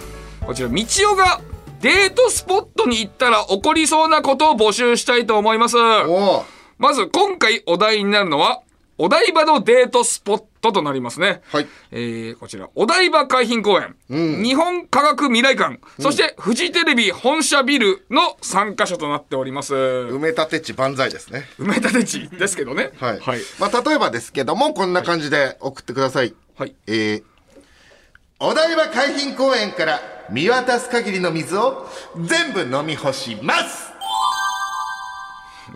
S2: こちら道夫がデートスポットに行ったら起こりそうなことを募集したいと思います
S1: おお
S2: まず今回お題になるのはお台場のデートスポットとなりますね。
S1: はい
S2: えーこちら、お台場海浜公園、日本科学未来館、そしてフジテレビ本社ビルの3カ所となっております。
S1: 埋め立て地万歳ですね
S2: 埋め立て地ですけどね。
S1: はい、
S2: はい。
S1: まあ、例えばですけどもこんな感じで送ってください、
S2: はい
S1: えーお台場海浜公園から見渡す限りの水を全部飲み干します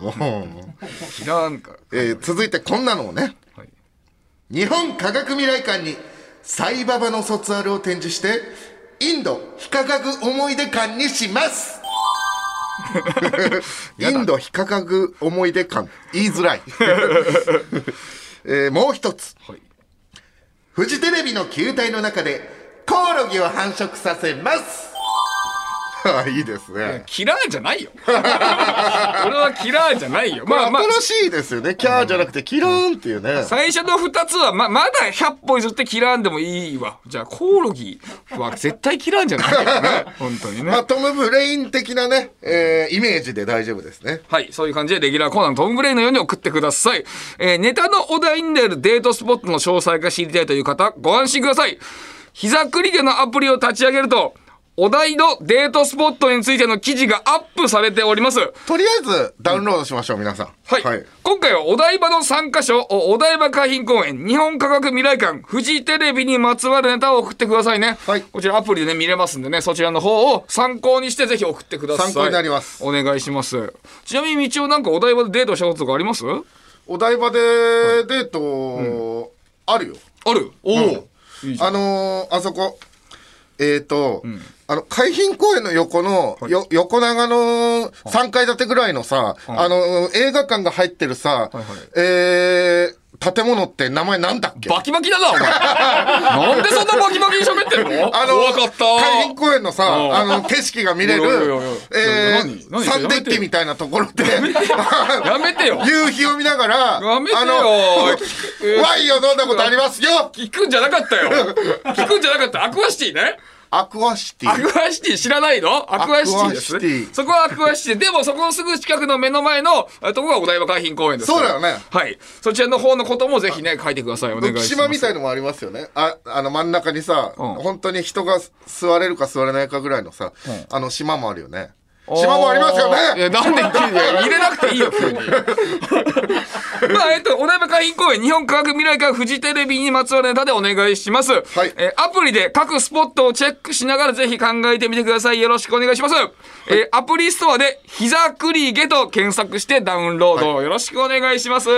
S1: おー
S2: 知らんか。
S1: えー続いてこんなのをね、
S2: はい
S1: 日本科学未来館にサイババの卒アルを展示してインド非科学思い出館にします *laughs* インド非科学思い出館言いづ *laughs* らい、えーもう一つ、
S2: はい
S1: フジテレビの球体の中でコオロギを繁殖させます *laughs* あいいですね、
S2: キラーじゃないよ。 *laughs* 俺はキラーじゃないよ。まあまあ、
S1: 新しいですよねキャーじゃなくてキラーンっていうね、
S2: 最初の2つはままだ100歩譲ってキラーんでもいいわ。じゃあコオロギは絶対キラーんじゃないよね。本当にね。
S1: まあ、トム・ブレイン的なね、えーイメージで大丈夫ですね。
S2: はい。そういう感じで、レギュラーコーナーのトム・ブレインのように送ってください。えーネタのお題に出るデートスポットの詳細が知りたいという方、ご安心ください。膝クリケのアプリを立ち上げると、お題のデートスポットについての記事がアップされております。
S1: とりあえずダウンロードしましょう、皆さん。
S2: はい、今回はお台場の3カ所、おお台場海浜公園、日本科学未来館、フジテレビにまつわるネタを送ってくださいね。
S1: はい
S2: こちらアプリでね、見れますんでね、そちらの方を参考にしてぜひ送ってください。
S1: 参考になります
S2: お願いします。ちなみに道をなんかお台場でデートしたこととかありますあ
S1: お台場でデート、あるよ。
S2: るおお、
S1: あのーあそこ。えっ、と、あの、海浜公園の横の、よ横長の3階建てぐらいのさ、あの、映画館が入ってるさ、えー建物って名前なんだっけ
S2: バキバキだな、お前。 *laughs* なんでそんなバキバキに喋ってるの
S1: あ
S2: 怖かった。
S1: 海浜公園のさ、
S2: うん
S1: あの、景色が見れる
S2: いやいやいやいや、
S1: え
S2: 何
S1: ー、
S2: 何
S1: サンデッキみたいなところで、あ
S2: やめてよ
S1: の。 *laughs* 夕日を見ながら、あ
S2: やめてよ
S1: の、 *laughs* ワインを飲んだことありますよ
S2: 聞くんじゃなかったよ。聞くんじゃなかった。アクアシティね。
S1: アクアシテ
S2: ア
S1: ィ。
S2: クアシティ知らないのアクアシティ
S1: ア
S2: です
S1: クアシテ
S2: ね。
S1: ィ
S2: そこはアクアシティで。でもそこのすぐ近くの目の前のえとこがお台場海浜公園です。
S1: そうだよね
S2: はい。そちらの方のこともぜひね、書いてください。お願いし
S1: 浮
S2: ます。
S1: 島みたいのもありますよね。あ、あの真ん中にさ、
S2: ん
S1: 本当に人が座れるか座れないかぐらいのさ、あの島もあるよね。島もありますよ
S2: い
S1: ね
S2: やなんで急に入れなくていいよ、急に。まあ、えっと、お台場海浜公園、日本科学未来館フジテレビにまつわるネタでお願いします。はいえーアプリで各スポットをチェックしながらぜひ考えてみてください。よろしくお願いします。えーアプリストアで、膝クリゲと検索してダウンロードをよろしくお願いします。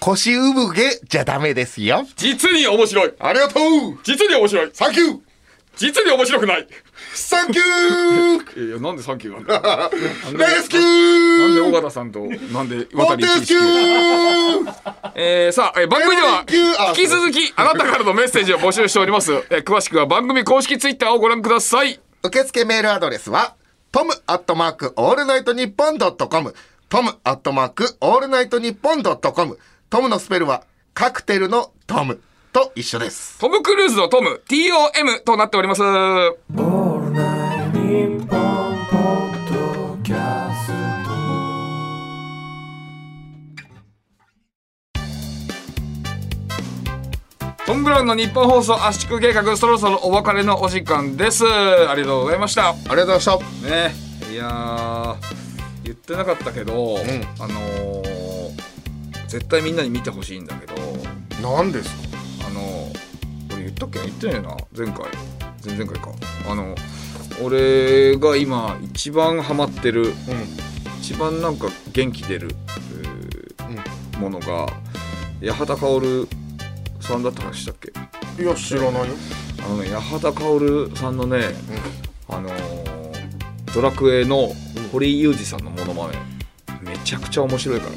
S1: 腰産毛じゃダメですよ。
S2: 実に面白い。
S1: *laughs* ありがとう
S2: 実に面白い。
S1: サンキュー
S2: 実に面白くない。
S1: サンキュー
S2: いやいや、なんでサンキュー *laughs* なんだ
S1: レスキュー
S2: なんで尾形さんと、なんで
S1: モ
S2: 渡
S1: テ
S2: り
S1: スキュー
S2: えー、さあ、えー番組では引き続きあなたからのメッセージを募集しております、えー詳しくは番組公式ツイッターをご覧ください
S1: 受付メールアドレスは、トムアットマークオールナイトニッポンドットコム。トムアットマークオールナイトニッポンドットコム。トムのスペルは、カクテルのトムと一緒です。
S2: トム・クルーズのトム TOM となっております
S7: オールナイトニッポンポッドキャスト
S2: トム・ブラウンの日本放送圧縮計画そろそろお別れのお時間ですありがとうございました
S1: ありがとうございまし
S2: ねいやー言ってなかったけど、あのー絶対みんなに見てほしいんだけど
S1: た。何ですか
S2: あの俺言ったっけ言ってないな前回前々回かあの俺が今一番ハマってる、一番なんか元気出る、えーものが八幡薫さんだった話したっけ
S1: いや、知らないよ。
S2: あのね八幡薫さんのね、あのードラクエの堀井雄二さんのモノマネめちゃくちゃ面白いから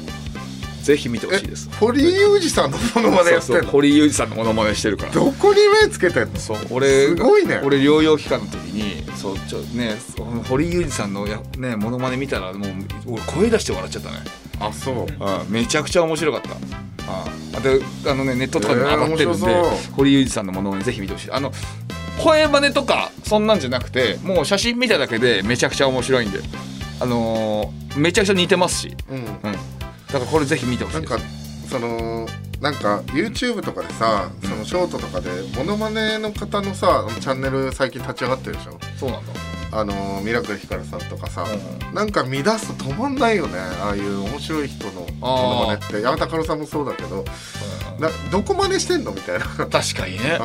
S2: ぜひ見てほしいです
S1: 堀井雄二さんのものまでやって
S2: そうんそう
S1: の
S2: 堀井雄二さんのモノマネしてるから
S1: どこに目つけてんの
S2: そう俺が
S1: すごいね
S2: 俺療養期間の時にそうちょねそう堀井雄二さんのやねモノマネ見たらもう俺声出して笑っちゃったね
S1: あ、そう。
S2: うんめちゃくちゃ面白かったうんであのねネットとかでも上がってるんで、
S1: えー面白そう
S2: 堀井雄二さんのモノマネぜひ見てほしいあの声真似とかそんなんじゃなくてもう写真見ただけでめちゃくちゃ面白いんであのーめちゃくちゃ似てますし、
S1: うん。
S2: うん、だからこれぜひ見てほし
S1: ないん
S2: です
S1: か、その、なんか YouTube とかでさそのショートとかでモノマネの方のさチャンネル最近立ち上がってるでしょ
S2: そうなんだ
S1: あのミラクルヒカルさんとかさ、
S2: う
S1: なんか見出すと止まんないよねああいう面白い人のモノマネって山田カロさんもそうだけどなどこまでしてんのみたいな
S2: *laughs*
S1: うん
S2: 確かにね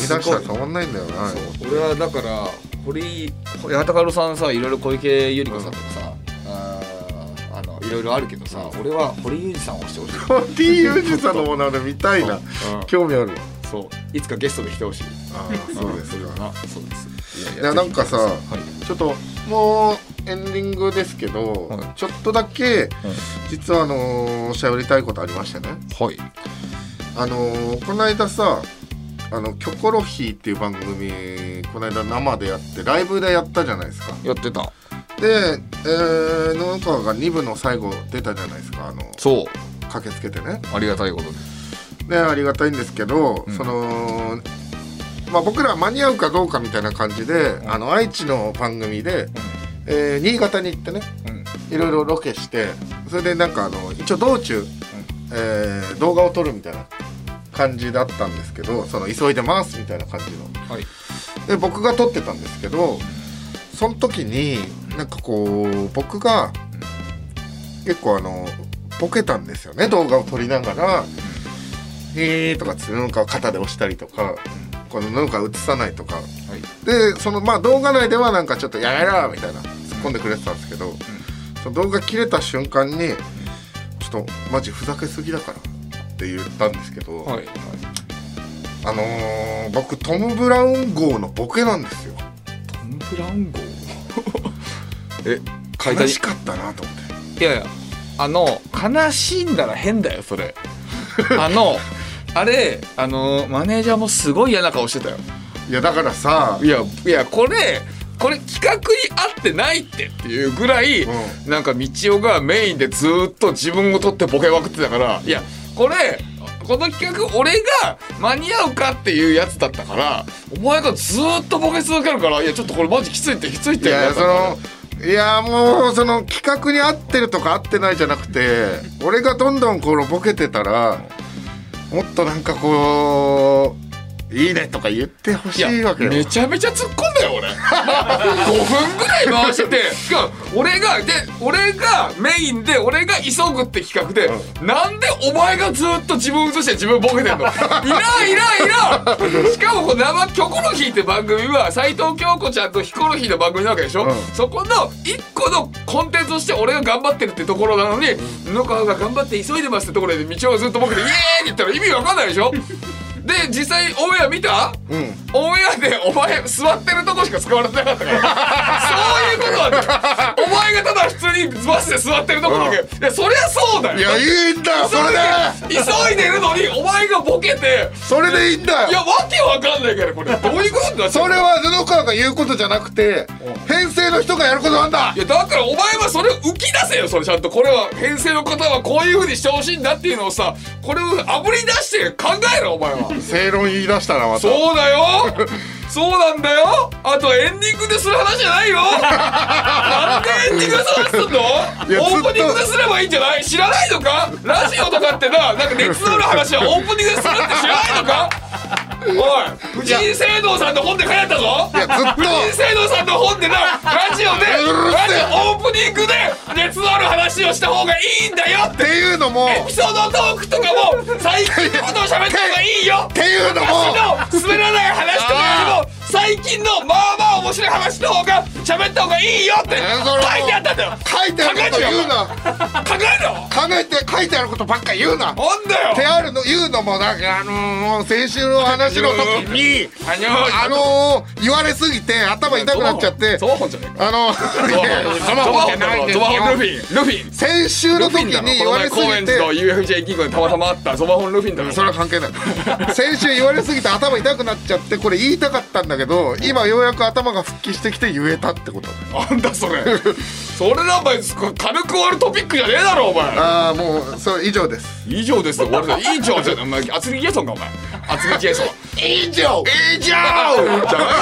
S1: 見出したら止まんないんだよな
S2: そう俺はだから堀八幡薫さんさいろいろ小池百合子さんとかさ、あーあのいろいろあるけどさ俺は堀裕二さんを押してほし
S1: *laughs*
S2: い
S1: リー・ユージさんのもので見たいな
S2: うん
S1: 興味あるわ
S2: そういつかゲストで来てほしい
S1: ああそうです
S2: ん
S1: か
S2: なそうですいやい
S1: いやなんかさ
S2: はい
S1: ちょっともうエンディングですけど、
S2: はい
S1: ちょっとだけ、実はあのー、しゃべりたいことありましてね
S2: はい
S1: あのー、この間さあの「キョコロヒー」っていう番組この間生でやってライブでやったじゃないですか
S2: やってた
S1: で、えー、野川が2部の最後出たじゃないですかあの
S2: そう
S1: 駆けつけてね
S2: ありがたいことで
S1: ねありがたいんですけど、
S2: うん
S1: そのまあ僕ら間に合うかどうかみたいな感じで、あの愛知の番組で、えー新潟に行ってね
S2: うん
S1: いろいろロケしてそれでなんかあの一応道中、えー動画を撮るみたいな感じだったんですけどその急いでますみたいな感じの。
S2: はい
S1: で僕が撮ってたんですけどその時になんかこう僕が結構あのボケたんですよね動画を撮りながら「へー」とかつ布川を肩で押したりとかこの布川映さないとか
S2: はい
S1: でそのまあ動画内ではなんかちょっと「やめろ!」みたいな突っ込んでくれてたんですけど、その動画切れた瞬間に「ちょっとマジふざけすぎだから」って言ったんですけど、
S2: はい
S1: あのー僕トム・ブラウン号のボケなんですよ。
S2: トム・ブラウン号え解
S1: 悲
S2: 体
S1: しかったなと思って
S2: いやいやあの悲しんだら変だよそれあのあれあのマネージャーもすごい嫌な顔してたよ
S1: いやだからさ
S2: いやいやこれこれ企画に合ってないってっていうぐらい、
S1: う
S2: なんか道夫がメインでずーっと自分を取ってボケまくってたからいやこれこの企画俺が間に合うかっていうやつだったからお前がずーっとボケ続けるからいやちょっとこれマジきついってきついっ
S1: い
S2: て
S1: やそのいやもうその企画に合ってるとか合ってないじゃなくて俺がどんどんこのボケてたらもっとなんかこう「いいね」とか言ってほし
S2: いや
S1: いわけよ。
S2: めちゃめちゃ突っ込んだよ
S1: *laughs*
S2: 俺5分ぐらい回しててしかも俺がで俺がメインで俺が急ぐって企画で、なんでお前がずっと自分映して自分ボ
S1: *laughs*
S2: ケてんのいらんいらんいらんしかもこの生「キョコロヒー」って番組は斎藤京子ちゃんとヒコロヒーの番組なわけでしょ、
S1: うん
S2: そこの一個のコンテンツとして俺が頑張ってるってところなのに布川が頑張って急いでますってところで道をずっとボケて「イエーイ!」って言ったら意味わかんないでしょで実際オンエア見た
S1: うん
S2: オンエアでお前座ってるとこしか使われてなかったから *laughs* そういうことなんだよお前がただ普通にバスで座ってるとこだけ、いやそりゃそうだよ
S1: いやいいんだよそれで
S2: 急いでるのにお前がボケ
S1: *laughs*
S2: て
S1: それでいいんだ
S2: い
S1: よ
S2: やわけわかんないからこれどういうことになっちゃ
S1: そうれは布川が言うことじゃなくて編成の人がやることなんだ
S2: いやだからお前はそれを浮き出せよそれちゃんとこれは編成の方はこういうふうにしてほしいんだっていうのをさこれをあぶり出して考えろお前は
S1: 正論言い出したなまた
S2: そうだよそうなんだよあとエンディングでする話じゃないよなんでエンディング探すんの
S1: いや
S2: オープニングですればいいんじゃない知らないのかラジオとかってななんか熱のある話はオープニングでするって知らないのかおい藤井聖堂さんの本で書いてあったぞ
S1: いやずっと
S2: 藤井聖堂さんの本でなラジオで
S1: うる
S2: ラ
S1: せえ
S2: ジオオープニングで熱のある話をした方がいいんだよっ
S1: って
S2: て
S1: いうのも
S2: エピソードトークとかも最近のことを喋った方がいいよ
S1: っていうのも
S2: 昔の滑らない話とかよりも最近のまあまあ面白い話の方が喋った方がいいよって書
S1: えそれも
S2: いてあったんだよ
S1: 書いてあること言うな
S2: 考えろ
S1: 考えて書いてあることばっか言うな
S2: なんだ
S1: 手
S2: よ
S1: あるの言うのもなんかあのー、先週の話の時に
S2: あの
S1: あのー、言われすぎて頭痛くなっちゃって
S2: ゾワホンじゃねえか
S1: あのー、いやいや
S2: ゾワホンだろゾワホンルフィンルフィン
S1: 先週の
S2: ルフ
S1: 時
S2: ィンだろ
S1: に
S2: こ
S1: 言
S2: の
S1: わ
S2: 前
S1: れす
S2: 高円
S1: ぎ
S2: 寺の
S1: て
S2: UFJ 銀行でたまたまあったゾワホンルフィンだろ
S1: それは関係ない先週言われすぎて頭痛くなっちゃってこれ言いたかったんだけど今ようやく頭が復帰してきて言えたってこと
S2: なんだそれそれなお前軽く終わるトピックじゃねえだろお前
S1: ああもうそう以上です
S2: 以上ですよ俺だ以上じゃお前厚切りジェイソンかお前厚切りジェイソン
S1: 以上
S2: 以上じゃない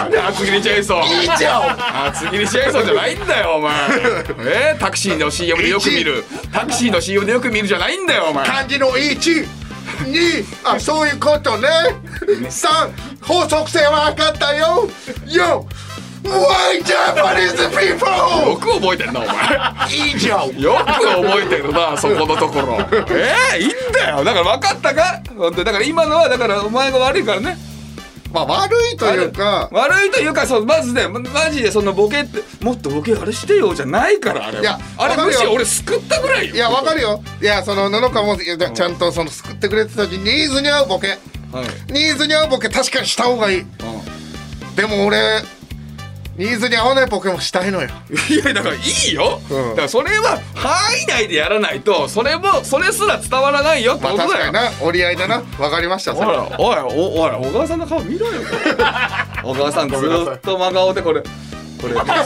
S2: んだよ厚切りジェイソン以上厚切りジェイソンじゃないんだよお前えータクシーの CM でよく見るタクシーの CM でよく見るじゃないんだよお前
S1: 漢字の一2あ
S2: *laughs*
S1: そういうことね3法則性は分かったよ4 Why Japanese people?
S2: く覚えてんなお前
S1: 以上
S2: よく覚えてるなそこのところえー、いいんだよだから分かったか本当にだから今のはだからお前が悪いからね
S1: まあ悪いというか
S2: 悪いというかそうまずねまマジでそのボケってもっとボケあれしてよじゃないからあれはい
S1: や
S2: あ
S1: わ
S2: れ
S1: かる
S2: む
S1: よ
S2: しろ俺救ったぐらいよ
S1: いやわかるよいやその野々花もいやちゃんとその救ってくれてたしニーズに合うボケ
S2: はい、
S1: ニーズに合うボケ確かにした方がいいでも俺ニーズに合わないボケもしたいのよ
S2: いやだからいいよ、
S1: うん
S2: だからそれは範囲内でやらないとそれもそれすら伝わらないよって
S1: ま
S2: こ
S1: あ
S2: と
S1: 確か
S2: だ
S1: に
S2: よ、
S1: な折り合いだなわかりました
S2: ほらおいおおい小川さんの顔見ろよ小川さんずっと真顔でこれこれほら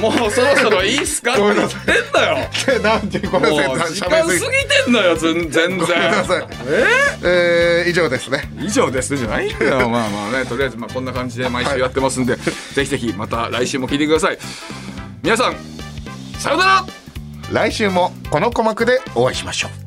S2: もうそろそろいいっすかって言ってんだよ
S1: それ *laughs* なんでごめんな
S2: も
S1: さ
S2: う
S1: い
S2: 時
S1: しゃべ
S2: 間
S1: り
S2: 過ぎ
S1: すぎ
S2: てんのよずん全然
S1: ごめんなさい
S2: えー
S1: *laughs* えー、以上ですね
S2: 以上ですじゃないんだよまあまあねとりあえずまあこんな感じで毎週やってますんで、ぜひぜひまた来週も聞いてください皆さんさようなら
S1: 来週もこの鼓膜でお会いしましょう